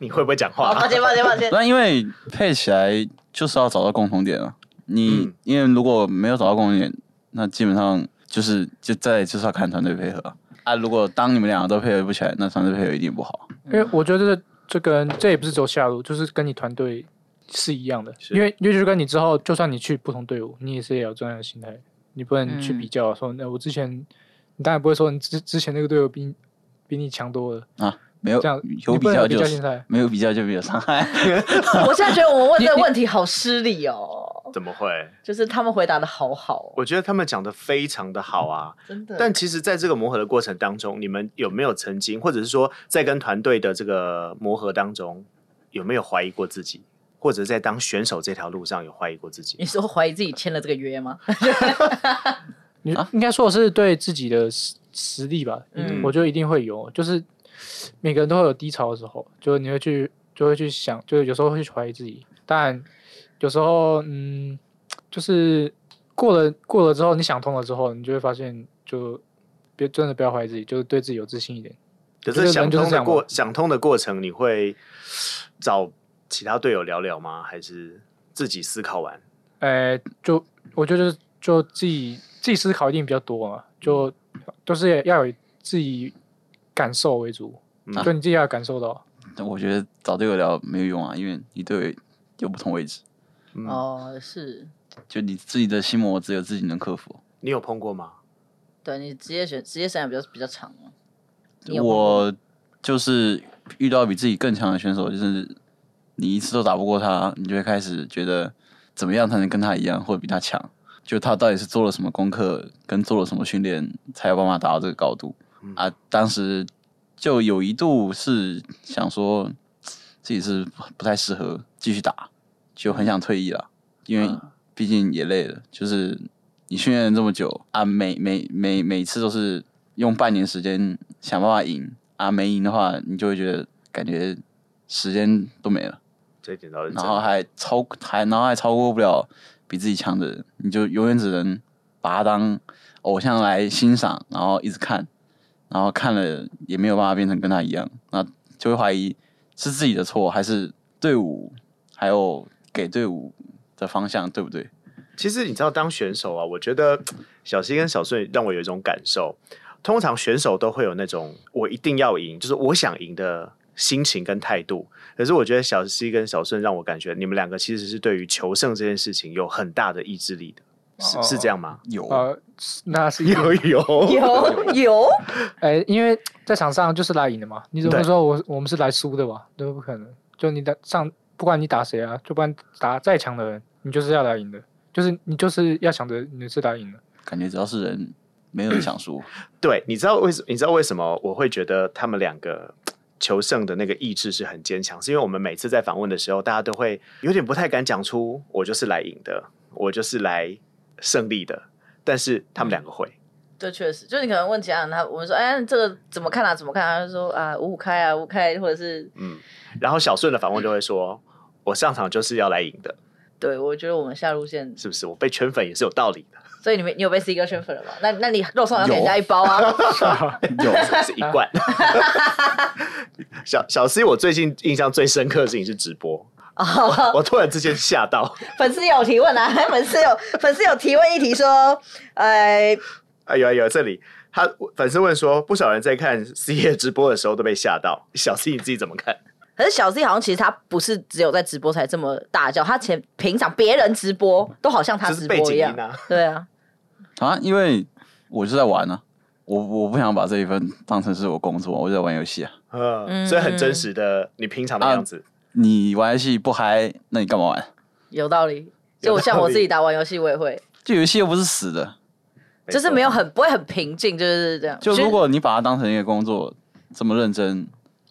C: 你会不会讲
B: 好，
C: 话
B: 抱？歉抱
A: *laughs*
B: 歉抱歉。
A: 那因为配起来就是要找到共同点啊。你、
C: 嗯
A: 因为如果没有找到共同点，那基本上就是就在就是要看团队配合啊啊。如果当你们两个都配合不起来，那团队配合一定不好。
D: 因为我觉得这跟这也不是走下路，就是跟你团队是一样的。
C: 是
D: 因为因为就是跟你之后，就算你去不同队伍，你也是要有这样的心态，你不能去
B: 嗯
D: 比较、啊说，那我之前你当然不会说你之之前那个队友比你比你强多了，
A: 啊没有
D: 这样
A: 有
D: 你不
A: 比
D: 能
A: 较
D: 有比
A: 就
D: 较
A: 是
D: 心态。
A: 没有比较就没有伤害。
B: 我现在觉得我们问这个问题好失礼哦，
C: 怎么会？
B: 就是他们回答的好好哦，
C: 我觉得他们讲的非常的好啊。
B: 真的。
C: 但其实，在这个磨合的过程当中，你们有没有曾经，或者是说，在跟团队的这个磨合当中，有没有怀疑过自己，或者在当选手这条路上有怀疑过自己
B: 你？说怀疑自己签了这个约吗？
D: 你
A: 啊
D: 应该说的是对自己的实实力吧，
B: 嗯
D: 我觉得一定会有，就是每个人都会有低潮的时候，就是你会去就会去想，就是有时候会去怀疑自己，但有时候嗯，就是过了过了之后，你想通了之后，你就会发现就别真的不要怀疑自己，就是对自己有自信一点。
C: 可
D: 这个
C: 是
D: 人
C: 想
D: 就
C: 通
D: 是这
C: 的
D: 样嘛
C: 过想通的过程，你会找其他队友聊聊吗？还是自己思考完？
D: 呃，就我觉得就是就自己自己思考一定比较多嘛，就都是要有自己感受为主，
C: 嗯
D: 就你自己要有感受到。
A: 但我觉得找队友聊没有用啊，因为你队友有不同位置，
C: 嗯，
B: 哦，是，
A: 就你自己的心魔只有自己能克服。
C: 你有碰过吗？
B: 对你职业选职业生涯比较比较长嘛。你有碰过
A: 我就是遇到比自己更强的选手，就是你一次都打不过他，你就会开始觉得怎么样才能跟他一样，或者比他强。就他到底是做了什么功课，跟做了什么训练，才有办法达到这个高度
C: 嗯
A: 啊？当时就有一度是想说自己是不太适合继续打，就很想退役了，因
B: 嗯
A: 为毕竟也累了，就是你训练了这么久啊，每每每每次都是用半年时间想办法赢啊，没赢的话，你就会觉得感觉时间都没了，
C: 这一点倒是真
A: 然
C: 的。
D: 哦
A: 后还超还然后还超过不了比自己强的人，你就永远只能把他当偶像来欣赏，然后一直看，然后看了也没有办法变成跟他一样，那就会怀疑是自己的错还是队伍，还有给队伍的方向对不对？
C: 其实你知道，当选手啊，我觉得小溪跟小顺让我有一种感受。通常选手都会有那种我一定要赢，就是我想赢的心情跟态度。可是我觉得小溪跟小顺让我感觉，你们两个其实是对于求胜这件事情有很大的意志力的，是是这样吗？
A: 有
D: 呃，是那是一定
C: *laughs* 有有，
B: *laughs* 有有，
D: 哎，因为在场上就是来赢的嘛，你怎么会
C: 对
D: 说我我们是来输的吧？都不可能。就你打上，不管你打谁啊，就不管打再强的人，你就是要来赢的，就是你就是要想着你是来赢的。
A: 感觉只要是人，没有人想输。 *clears throat*
C: 对，你知道为什？你知道为什么我会觉得他们两个求胜的那个意志是很坚强？是因为我们每次在访问的时候，大家都会有点不太敢讲出“我就是来赢的，我就是来胜利的”，但是他们两个会。
B: 这确实，就你可能问其他人，他我们说，哎，这个怎么看啊？怎么看、啊？他就说啊，五五开啊，五五开，或者是
C: 嗯，然后小顺的访问就会说：“我上场就是要来赢的，
B: 对我觉得我们下路线，
C: 是不是？我被圈粉也是有道理的，
B: 所以你没你有被 C 哥圈粉了吗？那那你肉松要给人家一包啊，
A: 有，
C: *laughs* 是一贯。小小 C，我最近印象最深刻的事情是直播，
B: 哦，
C: 我突然之间吓到，
B: 粉丝有提问啊， *laughs* 粉丝有粉丝有提问一题说，呃，
C: 哎呦哎呦，这里他粉丝问说，不少人在看 *laughs* C 夜直播的时候都被吓到，小 C 你自己怎么看？
B: 可是小 C 好像其实他不是只有在直播才这么大叫，他前平常别人直播都好像他
C: 这
B: 直
C: 是背
B: 播
C: 景
B: 一
C: 音
B: 样，
C: 啊，
B: 对啊，
A: 啊，因为我是在玩啊，我我不想把这一份当成是我工作，我就在玩游戏啊。
C: 嗯，
B: 嗯
C: 所以很真实的你平常的样子。
A: 你玩游戏不嗨，那你干嘛玩？
B: 有道理。就我像我自己打完游戏，我也会，
A: 这游戏又不是死的，
B: 嗯
C: 没
B: 就
C: 错
B: 是没有很不会很平静，就是这样。
A: 就
B: 其实
A: 如果你把它当成一个工作，这么认真，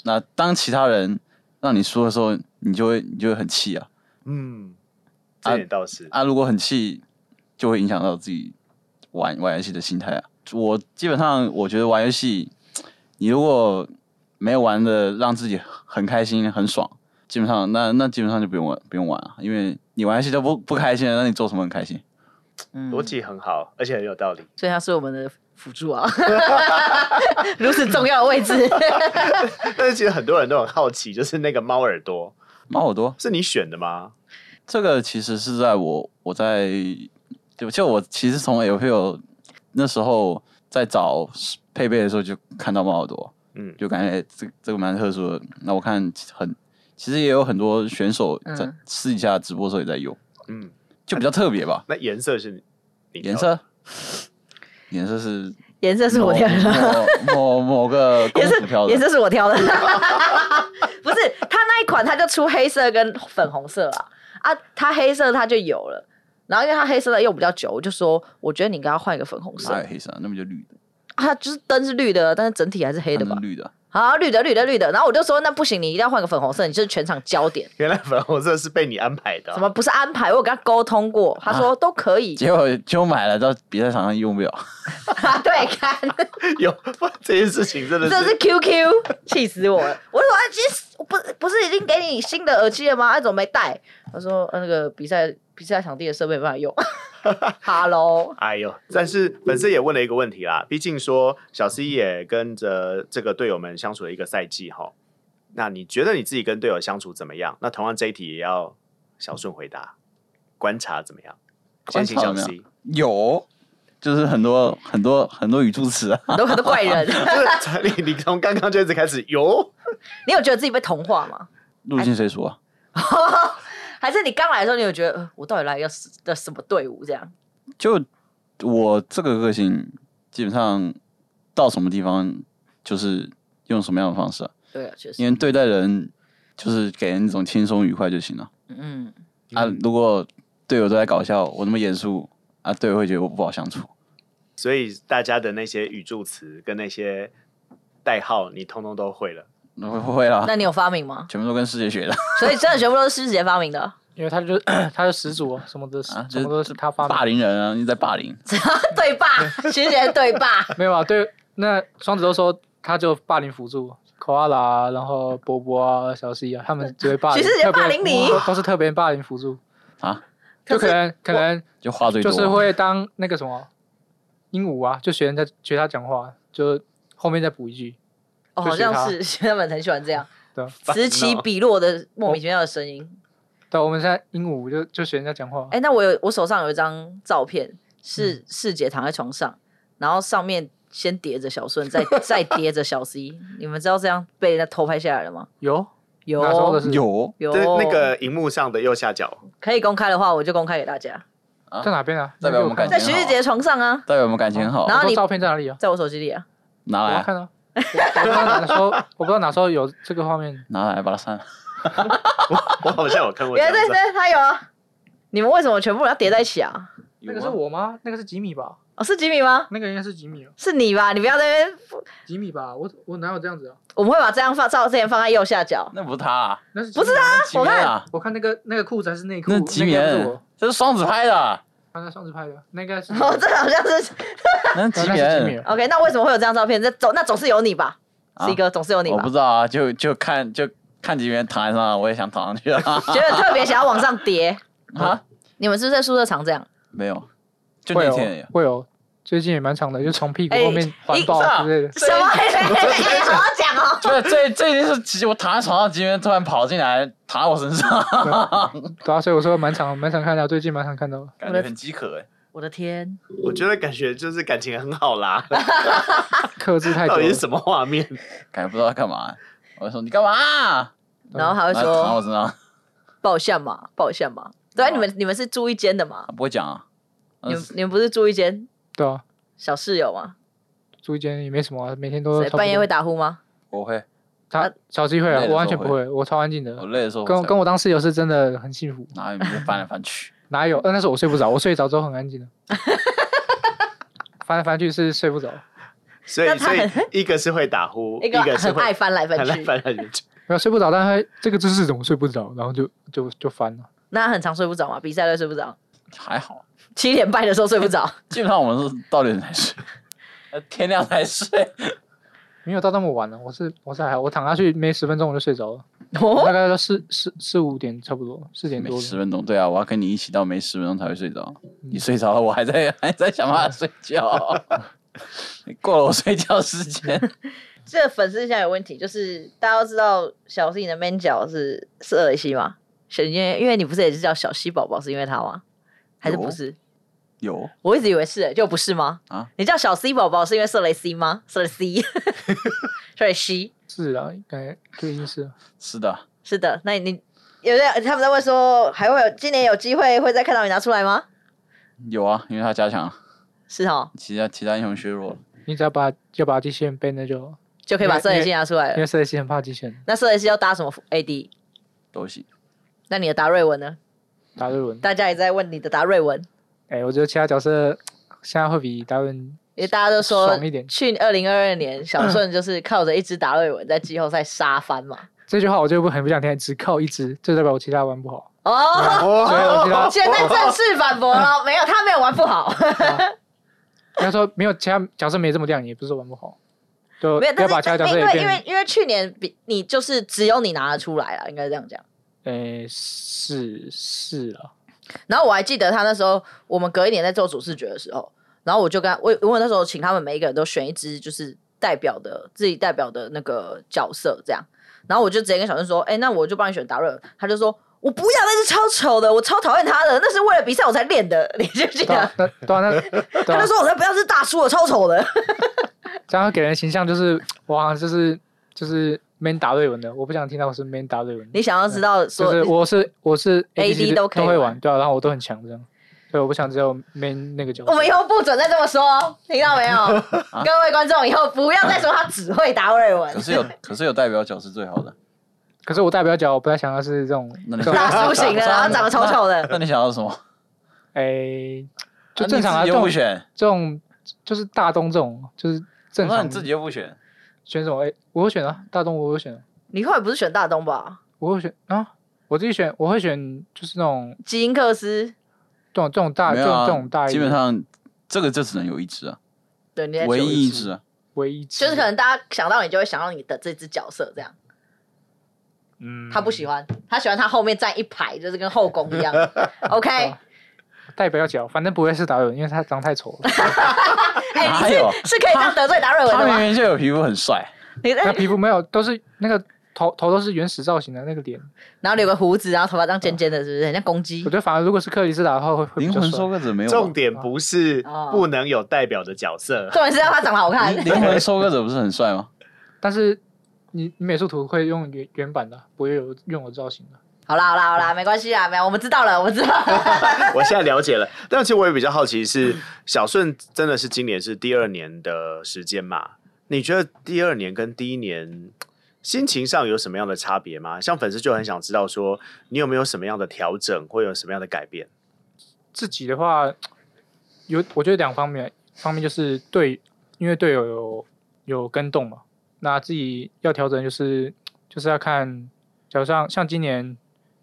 A: 那当其他人让你输的时候，你就会你就会很气啊
C: 嗯，这点倒是
A: 啊！如果很气，就会影响到自己玩玩游戏的心态啊。我基本上我觉得玩游戏，你如果没有玩的让自己很开心很爽，基本上那那基本上就不用玩不用玩啊，因为你玩游戏都不不开心了，那你做什么很开心？
B: 嗯
C: 逻辑很好，而且很有道理。 *laughs*
B: 所以他是我们的辅助啊， *laughs* 如此重要的位置。 *laughs*
C: 但是其实很多人都很好奇，就是那个猫耳朵
A: 猫耳朵
C: 是你选的吗？
A: 这个其实是在我我在就就我其实从 LPL 那时候在找配备的时候就看到猫耳朵，
C: 嗯，
A: 就感觉、诶这这个蛮特殊的。那我看很其实也有很多选手在
B: 嗯
A: 私底下直播的时候也在用，
C: 嗯，
A: 就比较特别吧。
C: 那颜色是你哦
A: 颜
C: 挑的
A: 色，颜色
B: *laughs*
A: 是
B: 颜色是我挑 *laughs* 的，
A: 某某 *laughs* 某个公
B: 颜
A: 主挑的
B: 色颜，色是我挑的， *laughs* 不是他那一款他就出黑色跟粉红色啊啊，他黑色他就有了。然后因为他黑色的用比较久，我就说我觉得你应该要换一个粉红色。
A: 哪有黑色啊？那么就绿的，
B: 啊，就是灯是绿的，但是整体还是黑的
A: 那
B: 吧
A: 是？绿的啊，
B: 好，绿的绿的绿的。然后我就说那不行，你一定要换个粉红色，你就是全场焦点。
C: 原来粉红色是被你安排的
B: 怎
C: 啊，
B: 么不是安排？我有跟他沟通过，他说都可以。
A: 结果就买了，到比赛场上用不了。
B: *laughs* 对，看
C: 有 *laughs* 这件事情真的
B: 这
C: 是
B: 是 QQ，气死我了！我就说啊，其实我不不是已经给你新的耳机了吗？啊，怎么没带？他说、呃那个比赛比赛场地的设备没办法用。Hello，
C: 哎呦，但是粉丝也问了一个问题啦，毕竟说小 C 也跟着这个队友们相处了一个赛季哈，那你觉得你自己跟队友相处怎么样？那同样这一题也要小顺回答，观察怎么样？先请小
A: 观察怎
C: C，
A: 有，就是很多很多很多语助词啊，
B: 很多很多怪人，
C: *laughs* 就是你你从刚刚就一直开始有，
B: 你有觉得自己被同化吗？ *laughs*
A: 入境随俗啊。
B: 还是你刚来的时候，你有觉得、呃、我到底来一个什的什么队伍这样？
A: 就我这个个性，基本上到什么地方就是用什么样的方式、啊，
B: 对啊，确实
A: 因，为对待人就是给人一种轻松愉快就行了。
B: 嗯，
A: 啊，如果队友都在搞笑，我那么严肃，啊，队友会觉得我不好相处。
C: 所以大家的那些语助词跟那些代号，你通通都会了。
A: 那会会啦，
B: 那你有发明吗？
A: 全部都跟师姐学的，
B: 所以真的全部都是师姐发明的，
D: 因为他就 *clears throat* 他是始祖，什么都是、
A: 啊
D: 什么都是他发明的
A: 霸凌人啊，你在霸凌，
B: 对吧？学姐对吧？
D: 没有啊，对，那双子都说他就霸凌辅助，Koala，啊然后波波啊、小 C 啊，他们只会霸
B: 其
D: 凌，
B: 实也
D: 特别
B: 霸凌你
D: 都都是特别霸凌辅助
A: 啊，
D: 就可能可能
A: 就话最
D: 就
A: 多，啊
D: 是会当那个什么鹦鹉啊，就学人家学他讲话，就后面再补一句，
B: 哦，
D: 就
B: 好
D: 学
B: 像
D: 他
B: 是 *laughs* 他们很喜欢这样
D: 对啊
B: 此起彼落的莫名其妙的声音。
D: 对，我们现在鹦鹉就就学人家讲话，
B: 哎、那我有我手上有一张照片，是世姐躺在床上，然后上面先叠着小顺，再再叠着小 C。你 *laughs* 们知道这样被人家偷拍下来了吗？
D: 有
B: 有
D: 哪时候的事？
A: 有
B: 有
C: 在那个荧幕上的右下角，
B: 可以公开的话，我就公开给大家，
A: 啊
D: 在哪边啊？
A: 代表我们感
D: 那
B: 在
A: 觉
D: 给
B: 徐世杰床上啊，
A: 代表我们感情很好，
B: 然
D: 我看
B: 后你
D: 我说照片在哪里啊？
B: 在我手机里啊。
A: 拿
D: 我
A: 来
D: 要
A: 啊
D: 看啊。我我不知道哪时候，我不知道哪时候有这个画面，
A: 拿来把它删了，
C: 我好像有看过这
B: 对 *laughs*
C: 样
B: 对
C: 子。
B: 对，他有啊。你们为什么全部要叠在一起啊？
D: 那个是我吗？那个是吉米吧？
B: 哦，是吉米吗？
D: 那个应该是吉米哦。
B: 是你吧？你不要在那边，
D: 吉米吧，我我哪有这样子啊？
B: 我们会把这张放照片放在右下角。
A: 那不是他、啊，
D: 那是
B: 不是
D: 啊？
A: 那吉米恩啊，
D: 我看那个那个裤子还是内裤，
A: 那吉米啊
D: 个不是
A: 恩
D: 我，，
A: 这是双子拍的啊，
D: 他在上次拍的，那应该
B: *laughs*
D: 是啊
B: 哦，这好像是
A: 那
D: 对啊
A: 吉米啊
D: 那是吉
A: 恩
D: 米。
B: OK。那为什么会有这张照片？这总那总是有你吧
A: 啊
B: ，C 哥总是有你
A: 我
B: 吧
A: 不？知道啊，就就看就看几个人躺在上，我也想躺上去啊 *laughs*
B: 觉得特别想要往上叠。
A: 啊！
B: *laughs* 你们是不是在宿舍常这样？
A: 没有，就
D: 会
A: 那
D: 有
A: 天而已啊。
D: 会有，最近也蛮长的，就从屁股
B: 哎
D: 后面环
B: 一
D: 抱之类的。
B: *laughs* 什么？哎，好好讲哦。
A: 对，啊这这件事，其实我躺在床上，吉米恩突然跑进来，躺在我身上，
D: 对啊，所以我说蛮长，蛮常看啊到，最近蛮常看到的。哦
A: 感觉很饥渴哎。
B: *laughs* 我的天，
C: 我觉得感觉就是感情很好啦，
D: 克制太
C: 到
D: 多了
C: 底是。什么画面？
A: 感觉不知道干嘛欸。我就说你干嘛啊？
B: 然后还会
A: 然后躺在我
B: 说
A: 身上，
B: 抱一下嘛，抱一下嘛。对啊，你们你们是住一间的嘛
A: 他？不会讲啊。嗯
B: 你们，你们不是住一间
D: 对啊，
B: 小室友吗？
D: 住一间也没什么啊，每天都
B: 谁
D: 差不多
B: 半夜会打呼吗？
A: 我会，
D: 他小机会
A: 累
D: 啊
A: 的，时候
D: 我完全不会，我超安静
A: 我
D: 的。
A: 累的时候
D: 跟
A: 我
D: 我跟我当室友是真的很幸福，
A: 哪有你就翻来翻去，
D: 哪有？呃那时候我睡不着，我睡着之后很安静的。
B: *laughs*
D: 翻来翻去是睡不着，
C: 所以
B: 那他
C: 所以
B: 很
C: 一个是会打呼，
B: 一
C: 一
B: 个
C: 个是
B: 很爱
C: 会
B: 翻来翻
C: 很爱
B: 去，
C: 翻来翻去。
D: 没有睡不着，但是这个姿势怎么睡不着，然后就就就翻了。
B: 那很常睡不着嘛，比赛都睡不着，
A: 还好。
B: 七点半的时候睡不着。
A: 基本上我们是到六点才睡，呃天亮才睡。
D: 没有到那么晚了，我是我是还好，我躺下去没十分钟我就睡着了，大
B: 哦，
D: 概到四四四五点差不多，四点
A: 没
D: 多嗯
A: 十
D: 了。
A: 分钟，对啊，我要跟你一起到没十分钟才会睡着。你睡着了，我还在 *laughs* 还在想办法睡觉。
D: *laughs*
A: 你过了我睡觉时间，
B: 这粉丝现在有问题，就是大家都知道小 C 你的 man 角是是二西吗？小因为因为你不是也是叫小西宝宝，是因为他吗？还是不是？
A: 有
B: 我一直以为是、欸，就不是吗？
A: 啊
B: 你叫小 C 宝宝是因为射雷 C 吗？射雷
D: *laughs*
B: C，射雷 C
D: 是啊，感觉就已经是了
A: 是的，
B: 是的。那你有的他们在问说，还会有今年有机会会再看到你拿出来吗？
A: 有啊，因为他加强了，
B: 是哦，
A: 其他其他英雄削弱了。
D: 你只要把要把极限背那就好，
B: 就可以把射雷 C
D: 因为
B: 拿出来
D: 因为
B: 了。
D: 射击很怕极限，
B: 那射雷 C 要搭什么 AD？
A: 都行，
B: 那你的达瑞文呢？
D: 达瑞文。
B: 大家也在问你的达瑞文，
D: 哎、我觉得其他角色现在会比达瑞文
B: 因为大家都说
D: 爽一点
B: 去二零二二年小顺就是靠着一支达瑞文在季后赛杀翻嘛。
D: 这句话我就不很不想听，只靠一支，这代表我其他玩不好。
B: 哦，
D: *laughs* 所以我其他
B: 现在正式反驳了，没有他没有玩不好，
D: 应该说没有其他角色没这么亮眼，也不是说玩不好，就
B: 没有，
D: 不要把
B: 但
D: 其他
B: 是因
D: 角色也
B: 为因为
D: 变。
B: 因为去年比你就是只有你拿得出来了，应该这样讲。
D: 诶，哎是是
B: *laughs*
D: 啊，
B: 然后我还记得他那时候，我们隔一年在做主视觉的时候，然后我就跟他我我那时候请他们每一个人都选一支就是代表的自己代表的那个角色这样，然后我就直接跟小郑说，哎、那我就帮你选达瑞尔，他就说。我不要那只超丑的，我超讨厌他的，那是为了比赛我才练的，你记不记
D: 对
B: 得
D: 啊？，那对啊，
B: *laughs*
D: 那对
B: 他
D: 啊
B: 就，说我才不要是大叔，我超丑的。
D: 这样会给人的形象就是我好像就是就是 man 打瑞文的，我不想听到我是 man 打瑞文的，
B: 你想要知道
D: 就
B: 说 *laughs*
D: 是我是我是
B: AD
D: AD
B: 都
D: 都
B: 可以
D: 会
B: 玩
D: 玩，对啊，然后我都很强这样，所以我不想只有 man 那个角
B: 我
D: 色。
B: 们以后不准再这么说，哦听到没有？
A: *laughs*
B: 各位观众，以后不要再说他只会达瑞文
A: 可。是有可是有代表角是最好的。
D: 可是我代表角我不太想要是这种
A: 那
D: 这
A: 你
D: 种
B: 大叔型的，然后长得丑丑的，
A: 那你想要什么？
D: 诶，就
A: 啊
D: 正常
A: 你
D: 啊，
A: 自
D: 这
A: 己又
D: 种
A: 不选，
D: 这种就是大东这种就是正
A: 那
D: 常。
A: 你自己又不选，
D: 选什么？哎，我会选啊，大东我会选啊，
B: 你后来不是选大东吧？
D: 我会选啊，我自己选，我会选就是那种
B: 基因克斯，
D: 这种这种大
A: 没
D: 这
A: 有
D: 种
A: 啊
D: 这种大一
A: 基本上这个就只能有一只啊，
B: 对，你在
A: 唯
B: 求
A: 一一
B: 支
A: 只啊。
D: 唯一
B: 就是可能大家想到你就会想到你的这只角色这样。
D: 嗯
B: 他不喜欢，他喜欢他后面站一排，就是跟后宫一样。OK，哎
D: 啊代表角，反正不会是达尔文，因为他长太
B: *laughs*
D: 丑了。
B: 哎、
A: 哪
B: 你
A: 有
B: 是是可以这样得罪达瑞文
A: 他
B: 的
A: 明
B: 吗？
A: 明就有皮肤很帅，
B: 你
D: 那
B: 在
D: 皮肤没有，都是那个头头都是原始造型的那个脸。
B: 然后留个胡子，然后头发这样尖尖的，是不是很像公鸡
D: 我觉？得反而如果是克里斯达的话，会会比
A: 灵
D: 较
A: 魂
D: 帅
A: 收。割者没有吧
C: 重点不是
B: 哦
C: 不能有代表的角色，
B: 重点是让他长得好看。 *laughs*
A: 灵灵魂收割者不是很帅吗？
D: 但是你你美术图会用原原版的，不会有用我造型的。
B: 好啦好啦好啦，没关系啦，没有，我们知道了，我们知道了。
C: 我现在了解了。但其实我也比较好奇是，小顺真的是今年是第二年的时间嘛？你觉得第二年跟第一年心情上有什么样的差别吗？像粉丝就很想知道说，你有没有什么样的调整，或有什么样的改变？
D: 自己的话，有我觉得两方面，方面就是队，因为队友有有跟动嘛，那自己要调整就是就是要看，假如像像今年，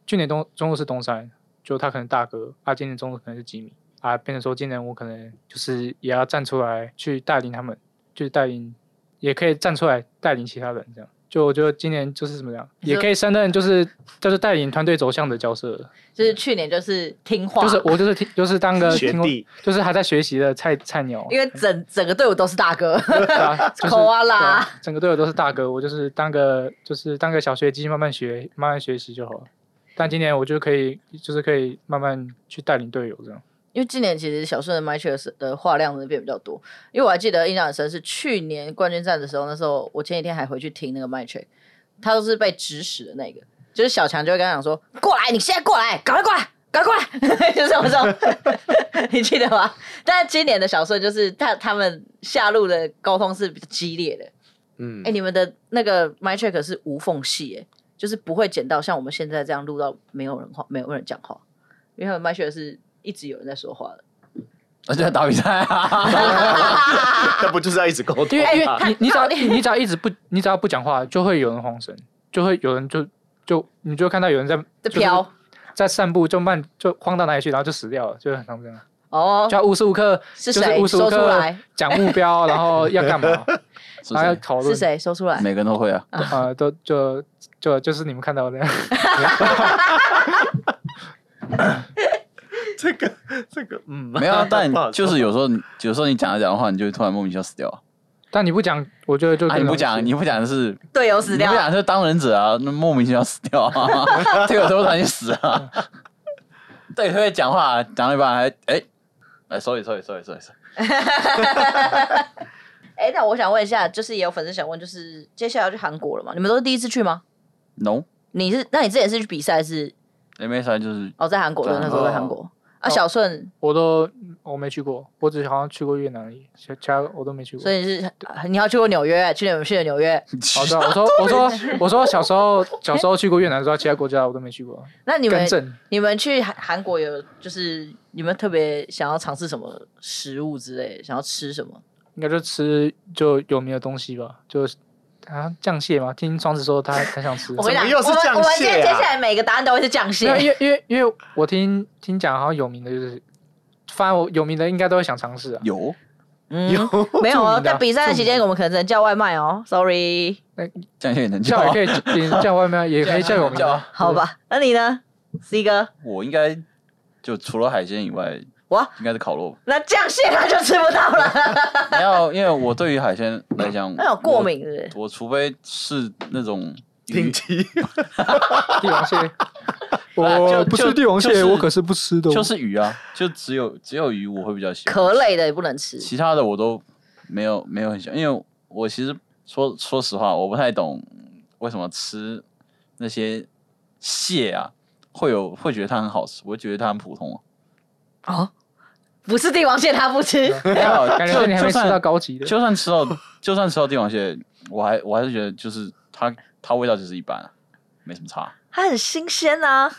D: 去年东中路是东山，就他可能大哥，啊，今年中路可能是吉米，啊，变成说今年我可能就是也要站出来去带领他们，就是带领，也可以站出来带领其他人这样。就我觉得今年就是怎么样，
B: 你说
D: 也可以胜任，就是就是带领团队走向的角色了，
B: 就是去年就是听话，
D: 就是我就是听就是当
A: 呃
D: 个
C: 学
D: 听过
C: 弟，
D: 就是还在学习的菜菜鸟，
B: 因为整整个队伍都是大哥， *laughs*
D: 对啊，就是
B: 口啊啦
D: 对啊整个队友都是大哥，我就是当个就是当个小学鸡，慢慢学，慢慢学习就好了。但今年我就可以，就是可以慢慢去带领队友这样。
B: 因为今年其实小顺的 m a t c h 的话量真的变比较多，因为我还记得印象很深是去年冠军战的时候，那时候我前几天还回去听那个 m a t c h 他都是被指使的那个，就是小强就会跟他讲说：“过来，你现在过来，赶快过来，赶快过来。” *laughs* 就是我说， *laughs* 你记得吗？但今年的小顺就是他他们下路的沟通是比较激烈的。
C: 嗯
B: 哎、，你们的那个 m a t c h 是无缝隙，哎，就是不会剪到像我们现在这样录到没有人话，没有人讲话，因为他们 m a t c h 是一直有人在说话的。
A: 那就要打比赛
D: *laughs*
A: 啊！
C: 那不就是要一直沟
D: 因
C: 通
D: 为因为
C: 吗？
D: 哦
B: 哎
D: 你你只要你只要一直不你只要不讲话，就会有人慌神，就会有人就就你就会看到有人在
B: 在飘，
D: 在散步，就慢就慌到哪里去，然后就死掉了，就很常这样。
B: 哦
D: 就，要无时无刻
B: 是
D: 就是
B: 谁
D: 无时
B: 说
D: 无
B: 出
D: 刻
B: 来？
D: 讲目标，然后要
A: *laughs*
D: 干嘛，
A: 是
D: 然后要
A: 谁？
D: 讨论
B: 是谁说出来？
A: 每个人都会
B: *laughs*
A: 啊。
D: 啊，都就就就是你们看到的，
C: 这个这个，嗯，
A: 没有
B: *laughs*
A: 啊，但
C: *laughs* 不好
A: 就
C: 说
A: 是有时候你，有时候你讲着讲的话，你就会突然莫名其妙死掉啊。
D: *laughs* 但你不讲，我觉得就
A: 啊，
D: 更
A: 你
D: 容
A: 不
D: 易
A: 讲，
D: 是
A: 你不讲的是，
B: 队友死
A: 你
B: 掉
A: 不，讲的是当忍者啊，那莫名其妙死掉
B: *laughs*
A: 啊，队友都让你死啊。对，特别讲话讲到一半还哎，哎，sorry sorry sorry sorry，sorry
B: 哎、那我想问一下，就是也有粉丝想问，就是接下来要去韩国了嘛？你们都是第一次去吗？
A: ，no，
B: 你是？那你之前是去比赛是？
A: m s i 就是
B: 哦，在韩国
A: 对
B: 的那时候在韩国、啊，
D: 哦
B: 小顺，
D: 我都我没去过，我只好像去过越南而已，其其他我都没去过
B: 所。以是你要去过纽约，去年去了纽约，
D: 好的、对啊，我说我
B: *laughs*
D: 说我说小时候小时候去过越南的时候，其他国家我都没去过。
B: 那 *laughs* 你们
D: 更正，
B: 你们去韩韩国有就是你们特别想要尝试什么食物之类，想要吃什么？
D: 应该就吃就有名的东西吧，就是啊酱蟹嘛，听双子说他很想吃
B: 我。跟你
C: 怎
B: 讲，
C: 么又是
B: 我们
C: 酱
B: 我们
C: 蟹
B: 今天接下
C: 啊
B: 来每个答案都会是酱
D: 没有因
B: 蟹。
D: 为因为因为我听听讲好像有名的就是，反正我有名的应该都会想
A: *laughs*
D: 尝试啊。
A: *laughs* 有
B: 嗯，
C: 有
B: 没有
D: 著
B: 哦，
D: 名的
B: 在比赛的期间，我们可能只能叫外卖哦，sorry，
A: 酱蟹也能叫
D: 叫
A: 啊
D: 也可以也叫外卖，也可以叫有名
A: 叫
D: 的
A: 啊。
B: 好吧？那你呢，C 哥？
A: 我应该就除了海鲜以外，
B: 哇，
A: 应该是烤
B: *laughs*
A: 肉。
B: 那酱蟹他就吃不到了，
A: 没有，因为我对于海鲜来讲，
B: 那有过敏是不是？
A: 我。我除非是那种鱼
C: 顶，级，
D: 帝王
A: *laughs*
D: 蟹，
A: 就
D: 我
A: 呃
D: 不
A: 就
D: 是帝王
A: 就
D: 蟹，
A: 是
D: 我可是不吃的哦。
A: 就是鱼啊，就只有只有鱼我会比较喜欢。
B: 壳类的也不能吃。
A: 其他的我都没有没有很喜欢，因为我其实说说实话，我不太懂为什么吃那些蟹啊，会有会觉得它很好吃，我觉得它很普通、啊。
B: 哦，不是帝王蟹他不吃，
A: 还好，
D: *laughs* 感觉
A: 就是
D: 你还
A: 就
D: 没吃到
A: 算
D: 高级的。
A: 就算吃到就算吃到帝王蟹，我还我还是觉得就是它它味道就是一般、啊，没什么差。
B: 它很新鲜呐、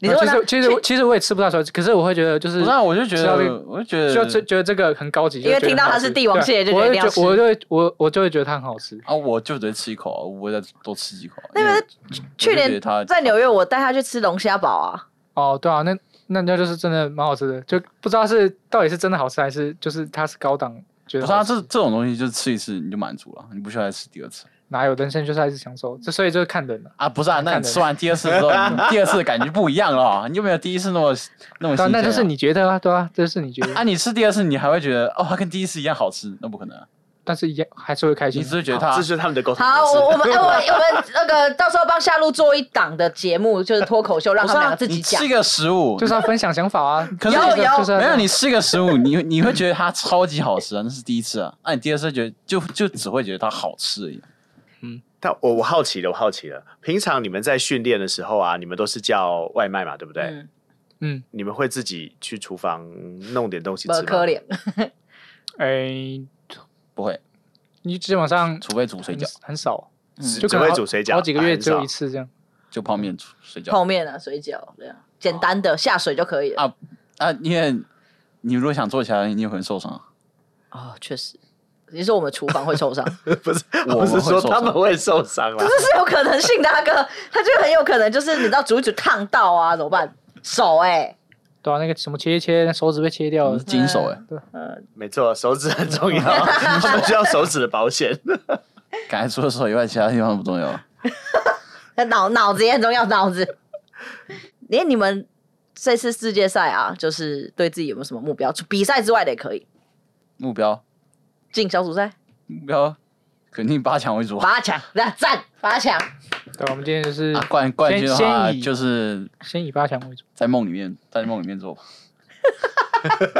B: 你
D: 没
B: 如
D: 有
B: 果
D: 呃其
B: 拿
D: 实其实我其实我也吃不大出来，可是我会觉得就是
A: 不是、啊，我就觉
D: 吃到这
A: 得
D: 个
A: 我就觉得
D: 就这觉得这个很高级，
B: 因为
D: 就觉得
B: 听到它
D: 很好吃
B: 是帝王蟹就觉
D: 对啊
B: 得
D: 我
B: 一
D: 会
B: 定要吃
D: 觉我就会我我就会觉得它很好吃。
A: 啊，我就直接吃一口、啊，我不会再多吃几口啊、
B: 那
A: 因为
B: 个去
A: 我就觉得
B: 年
A: 它
B: 在纽约，我带他去吃龙虾堡啊，
D: 哦，对啊，那那那就是真的蛮好吃的，就不知道是到底是真的好吃还是就是它是高档，觉
A: 不
D: 得
A: 是啊，
D: 好吃
A: 这这种东西就吃一次你就满足了，你不需要再吃第二次。
D: 哪有人生就是爱是享受，这所以就是看人了。
A: 啊，不是啊，那
D: 看
A: 你
D: 的
A: 吃完第二次之 *laughs* 后，你第二次感觉不一样了啊，你就没有第一次那么那么
D: 对
A: 新鲜、
D: 啊那就是。你觉得啊，对啊，这是你觉
A: 啊，
D: 得，
A: 你吃第二次，你还会觉得哦，它跟第一次一样好吃，那不可能、啊。
D: 但是一样还是会开
A: *laughs*
D: 心
A: 你
D: 啊。
A: 只是觉得
C: 这
A: 它
C: 就是他们的沟通
B: 好，
C: 模式
B: 我我
C: *laughs*
B: 们哎我 *laughs* 我们那个到时候帮夏露做一档的节目，就是脱口秀，让
A: 不
B: 他
A: 是
B: 们两
A: 啊
B: 个，自己
A: 你
B: 讲
A: 吃一。
C: 嗯
A: 个食物，
D: 就是要分享想法啊。
A: *laughs* 可是
D: 就是
B: 有有
D: 就是要啊
A: 没有你吃一个食物，你你会觉得它超级好吃啊，那是第一次啊。那、你第二次觉得就就只会觉得它好吃而已。
C: 但我我好奇了，我好奇了，平常你们在训练的时候啊，你们都是叫外卖嘛，对不对？
B: 嗯，
D: 嗯，
C: 你们会自己去厨房弄点东西
B: 不
C: 吃
B: 可
C: 吗？
B: 怜，
D: 哎，
A: 不会，
D: 你基本上
A: 除非煮水
D: 很
A: 饺，
D: 很少，
C: 只
D: 嗯
C: 只
D: 就可能
C: 会
D: 好
C: 煮水饺，
D: 好几个月只有一
C: 次。
D: 次这样。
A: 就泡面煮水饺
B: 泡面啊、水饺这样简单的下水就可
C: 哦
B: 以了。
A: 啊啊。因为你如果想做起来，你有可能受伤啊。
B: 哦，确实，你说我们厨房会 *laughs* 受伤，
C: *laughs* 不是，
A: 我
C: 我是
A: 们会
C: 说
A: 受
C: 他们
A: 伤
C: 会受伤啦
D: *laughs*
B: 这。是有可能性的，大哥，他就很有可能就是你知道煮一煮烫到啊，怎么办？手哎、
D: 对啊，那个什么切一切，手指被切掉
A: 你
D: 了
C: 嗯
A: 是。金手哎、
C: 没错，手指很重要， *laughs* 他们需要手指的保
D: *laughs*
C: 险。
A: 刚才除了手以外，其他地方都不重要。
B: 脑脑子也很重要，脑子。 *laughs* 连你们这次世界赛啊，就是对自己有没有什么目标？除比赛之外的也可以，
A: 目标
B: 进小组赛
A: 目标肯定八强为主啊。
B: 八强，那赞八强。
D: 对，我们今天就是
A: 啊，冠冠军的
D: 先
A: 话，
D: 先以
A: 就是
D: 先以八强为主。
A: 在梦里面，在梦里面做吧。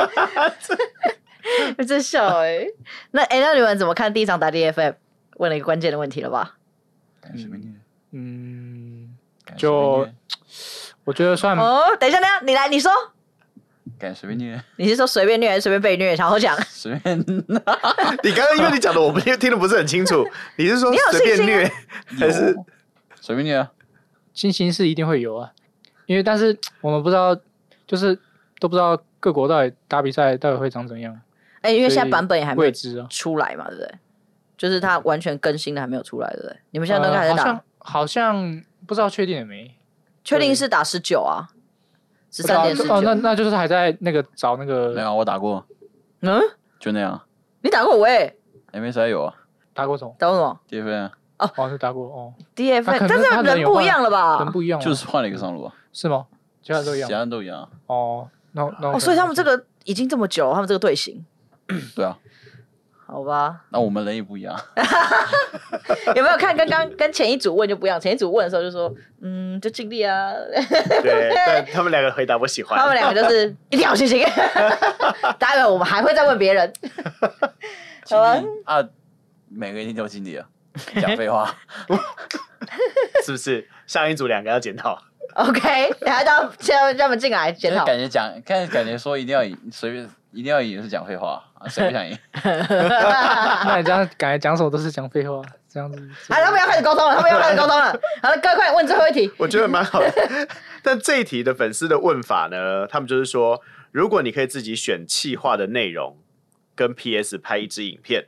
B: *laughs* 真笑哎、那哎、那你们怎么看第一场打 DFM？问了一个关键的问题了吧？
A: 感觉随便念
D: 嗯，
A: 感觉随
D: 就
A: 便
D: 我觉得算
B: 哦，等一下，等一下，你来，你说，
A: 念感觉随便念，
B: 你是说随便虐还是随便被虐？然后讲，
A: 随便
C: 你刚刚因为你讲的我不听的不是很清
D: *laughs*
C: 楚，你是说
B: 你有
C: 随便
B: 信心啊
C: 虐还是
A: 有随便念啊。
D: 信心是一定会有啊，因为但是我们不知道，就是都不知道各国到底打比赛到底会长怎样，
B: 哎、因为
D: 所以
B: 现在版本也还没有
D: 未知啊。
B: 出来嘛，对不对？就是它完全更新的还没有出来，对不对？你们现在都
D: 呃
B: 还在
D: 好
B: 打，
D: 像好像不知道确定了没？
B: 确定是打十九啊，十
D: 不知道
B: 三点十
D: 哦，那
B: 九。
D: 那就是还在那个找那
A: 没
D: 个
A: 有，我打过，
B: 嗯，
A: 就那样。
B: 你打过我哎、
A: MSI 有啊，
D: 打过什么？
B: 打过什么
A: 第一分啊
D: 哦，是打过哦，
B: D F？
D: 他可能
B: 但
D: 他
B: 是
D: 可能
B: 人
D: 有
B: 不
D: 换
B: 一样了
D: 人
B: 吧？
D: 不一样啊，
A: 就是换了一个上路啊，
D: 是吗？其他都一
A: 其他
D: 样
A: 都一样啊。
D: 哦。那那
B: 哦，
D: 我可
B: 所以
D: 能
B: 他们这个已经这么久了，他们这个队形，
A: 对啊，
B: 好吧？
A: 那我们人也不一样，啊
C: *laughs*
B: *laughs* 有没有看刚刚跟前一组问就不一样？前一组问的时候就说，嗯，就尽力啊。
C: 对？但他们两个回答我喜
B: *laughs*
C: 欢。
B: 他们两个就是一定要有信
C: *laughs*
B: 心。待会我们还会再问别人。
A: 尽
B: 好啊
A: 力啊，每个一定都尽力啊。讲废
C: *laughs*
A: 话，
C: 是不是上一组两个要检讨？
B: OK，等下到现在让他们进来检
C: *laughs*
B: 讨。 *laughs*
A: 感觉讲，看感觉说一定要赢，随便一定要赢也是讲废话啊，谁不想赢？
D: 那你这样感觉讲什么都是讲废话，这样子。
B: *laughs* 好，他们要开始沟通了，他们要开始沟通
C: *laughs*
B: 了。好了，各位快点问最后一题。
C: 我觉得蛮
B: *laughs*
C: 好的。但这一题的粉丝的问法呢，他们就是说，如果你可以自己选企划的内容，跟 PS 拍一支影片，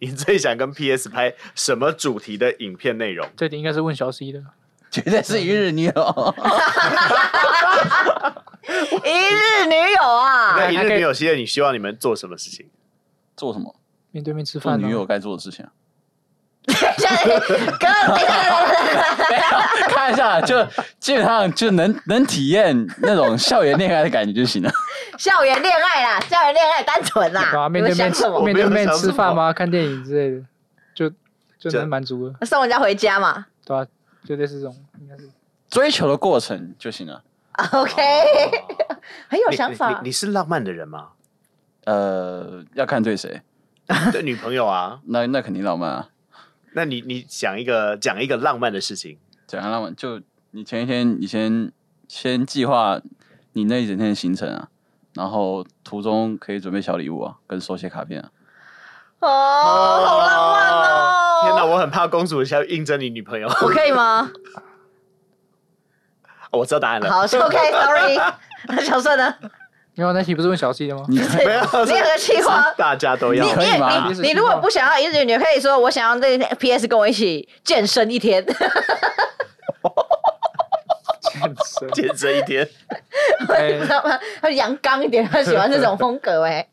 C: 你最想跟 PS 拍什么主题的影片内容？
D: 这点应该是问小 C 的。
A: 绝对是一日女友。
B: 一日女友啊， *laughs*
C: 那一日女友系列，你希望你们做什么事情？
A: *laughs* 做什么？
D: 面对面吃
A: 做
D: 饭、
A: 女，友该做的事情啊。 *laughs*
B: 等一下，哥，等一下，
A: 没有，看一下，就基本上就能能体验那种校园恋爱的感觉就行了。 *laughs*
B: 校园恋爱啦，校园恋爱单纯
D: 对吧、
B: 啦，你
D: 面
B: 们
D: 对面
B: 想
D: 吃
B: 什么？
D: 面对
C: 我
D: 面吃
C: 没有想什
D: 饭
C: 么
D: 吗？看电影之类的，就就
C: 这
D: 能满足了，
B: 送人家回家嘛
D: 对吧、啊就类似这种，应该是
A: 追求的过程就行了。
B: 啊，OK，很
C: 哦
B: 有想
C: 你你
B: 法
C: 你。你是浪漫的人吗？
A: 呃，要看对谁，
C: 对女朋
B: *laughs*
C: 友啊，
A: 那那肯定浪漫啊。
C: 那你你想一个讲一个浪漫的事情，
A: 怎样浪漫？就你前一天，你先先计划你那一整天的行程啊，然后途中可以准备小礼物啊，跟手写卡片啊。
B: 哦，好浪漫哦！
C: 天哪，我很怕公主要应征你女朋友。 *laughs*
B: 我可以吗？
C: 我知道答案了。
B: 好是，OK，Sorry。那小顺呢？
D: 没有那题不是问小 C 的
B: *laughs*
D: 吗？ *laughs*
A: 你
C: 没有
B: 联合计划
C: 是 *laughs* 大家都要
A: 你可以吗
B: 你如果不想要一日，你可以说我想要那 PS 跟我一起健身一天，
D: 健身
C: 健身一天。
D: 哎
B: 知道吗？ *laughs* 他阳刚一点，他喜欢这种风格哎。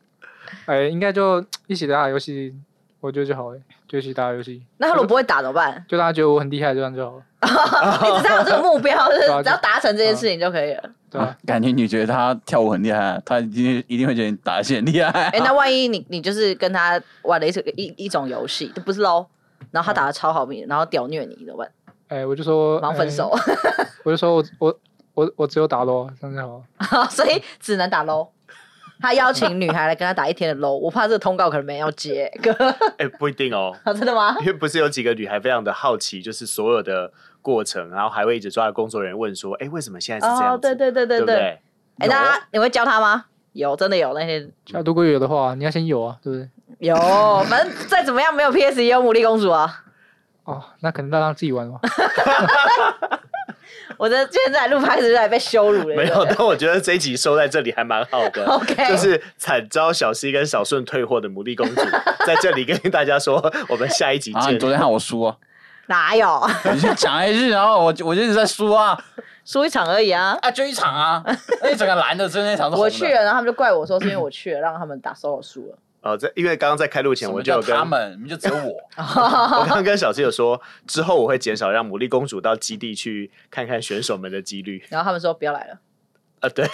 D: 哎，应该就一起打打游戏，我觉得就好了，就一起打打游戏，
B: 那他如果不会打怎么办？
D: 就大家觉得我很厉害，这样就好了，
B: 你只要有这个目标，就是
D: 啊
B: 只要达成这件事情就可以了。
D: 对吧、
A: 啊感觉你觉得他跳舞很厉害啊，他一定一定会觉得你打戏很厉害啊、
B: 哎，那万一你你就是跟他玩了一种一一种游戏，不是喽？然后他打的超好，然后屌虐你怎么办？
D: 哎，我就说
B: 马上分手，
D: 哎我就说我我我我只有打咯，这样就好了。
B: *laughs* 所以只能打 low。他邀请女孩来跟他打一天的 low，我怕这个通告可能没人要接。 *laughs* 哥，
C: *laughs* 哎、不一定哦，
B: 真的吗？
C: 因为不是有几个女孩非常的好奇，就是所有的过程，然后还会一直抓着工作人员问说：“哎、为什么现在是这样
B: 哦，
C: 子？”
B: 对对对对
C: 对不
B: 对。
C: 对，
B: 哎、大家你会教他吗？有，真的有那些
D: 就如果有的话，你要先有啊，对不对？
B: 有，反正再怎么样没有 PS 也有牡蛎公主啊。
D: 哦，那可能要让自己玩
B: *laughs*
D: 吧。
B: 我的现在录拍子就来被羞辱了，对
C: 没
B: 不
C: 有。 *laughs*
B: 对
C: 但我觉得这一集收在这里还蛮好的
B: *laughs* OK
C: 就是惨遭小西跟小顺退货的牡蛎公主， *laughs* 在这里跟大家说，我们下一集
A: *laughs* 啊，你
C: 见。
A: 昨天看我输啊，
B: 哪有
A: 你就讲一句，然后我就我就一直在输啊
B: 输一场而已啊。
A: 啊，就一场
B: *laughs*
A: 啊，那一整个蓝的，真那一场是红的。
B: 我去了，然后他们就怪我说是因为我去了，让他们打 solo 输了。
C: 哦，在因为刚刚在开录
A: 什
C: 前
A: 么
C: 我就
A: 叫
C: 有跟
A: 他们，你们就只有
B: *laughs*
A: 我。
C: 我刚刚跟 *laughs* 小七有说，之后我会减少让牡蛎公主到基地去看看选手们的几率。
B: 然后他们说不要来了。
C: 啊，对，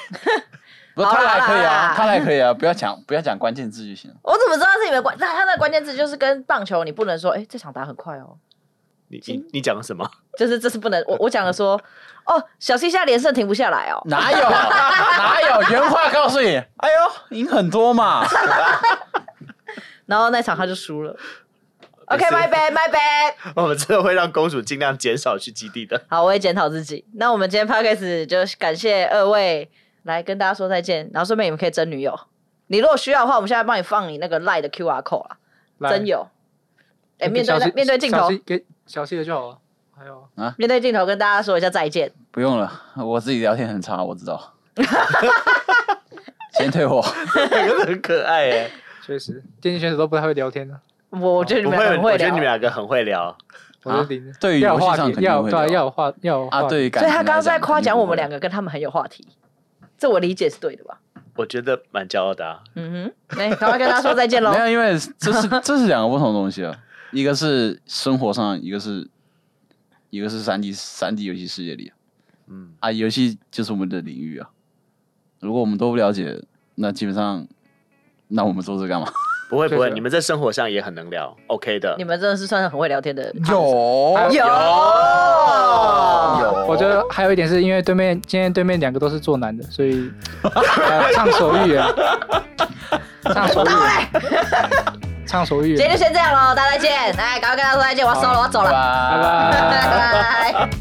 A: 不是
B: 好
A: 他来
B: 啦
A: 可以
B: 好啦
A: 啊，他来可以啊，不要讲不要讲关键字就
B: *laughs*
A: 行了。
B: 我怎么知道是你们关？那他的关键字就是跟棒球，你不能说哎、这场打很快哦，
C: 你你你讲了什么？
B: 就是这是不能。我我讲了说哦，小 C 现在连胜停不下来哦。
A: 哪有哪有？原话告诉你，哎呦，赢很多嘛。 *laughs*
B: 然后那场他就输了。
C: 没事
B: OK，my、bad，my bad。
C: *laughs* 我们真的会让公主尽量减少去基地
B: *laughs*
C: 的。
B: 好，我会检讨自己。那我们今天 podcast 就感谢二位来跟大家说再见，然后顺便你们可以征女友。你如果需要的话，我们现在帮你放你那个 lie 的 QR code 啊，
D: 来
B: 真有。哎、
D: 给
B: 面对
D: 小 C-
B: 面对镜
D: 小
B: 头
D: C，给小 C 的就好了。还有啊，
B: 面对镜头跟大家说一下再见。
A: 不用了，我自己聊天很差，我知
B: *laughs*
A: 道。先退货，
C: 真的很可爱哎、
D: 确实，电竞选手都不太会聊天的，
B: 我我觉得你
C: 哦不
B: 们
C: 会，
B: 很
C: 我
B: 会
C: 觉得
B: 聊
C: 你们，两个很会聊。
D: 我就零。
A: 啊对于
D: 要有
A: 游戏
D: 话
A: 上
D: 题，
A: 肯定
D: 要
A: 会
D: 有对啊，
A: 聊
D: 要有话，要有
A: 啊，
D: 话
A: 对于感
B: 所以
A: 情
B: 他刚刚是在
A: 来讲
B: 夸奖我们
A: 肯
C: 嗯
A: 定
B: 两个跟他们很有话题，这我理解是对的吧？
C: 我觉得蛮骄傲的啊。
B: 嗯哼，来、赶快跟大家说再见
A: 不
B: 喽
C: *laughs*
A: 会。没有，因为这
B: *laughs*
A: 是这是两个不同的东西啊，一个是生活上，一个是一个是三 D 三 D 游戏世界里啊
C: 嗯，
A: 啊，游戏就是我们的领域啊。如果我们都不了解，那基本上，那我们做这干嘛？
C: 不会
D: 谢谢
C: 不会，你们在生活上也很能聊，OK 的
B: 你。们真的是算是很会聊天的。
A: 有
B: 有
D: 我觉得还有一点是因为对面今天对面两个都是做男的，所
A: *laughs*
D: 以、呃、畅所欲言，畅所欲言，
B: *laughs*
D: 畅所欲
B: 今天
D: 言
B: 哎就，先这样喽，大家再见。来，赶快跟大家说再见，我要收了，我要走
A: 拜
B: 了，
A: 拜
D: 拜拜。
B: 拜拜。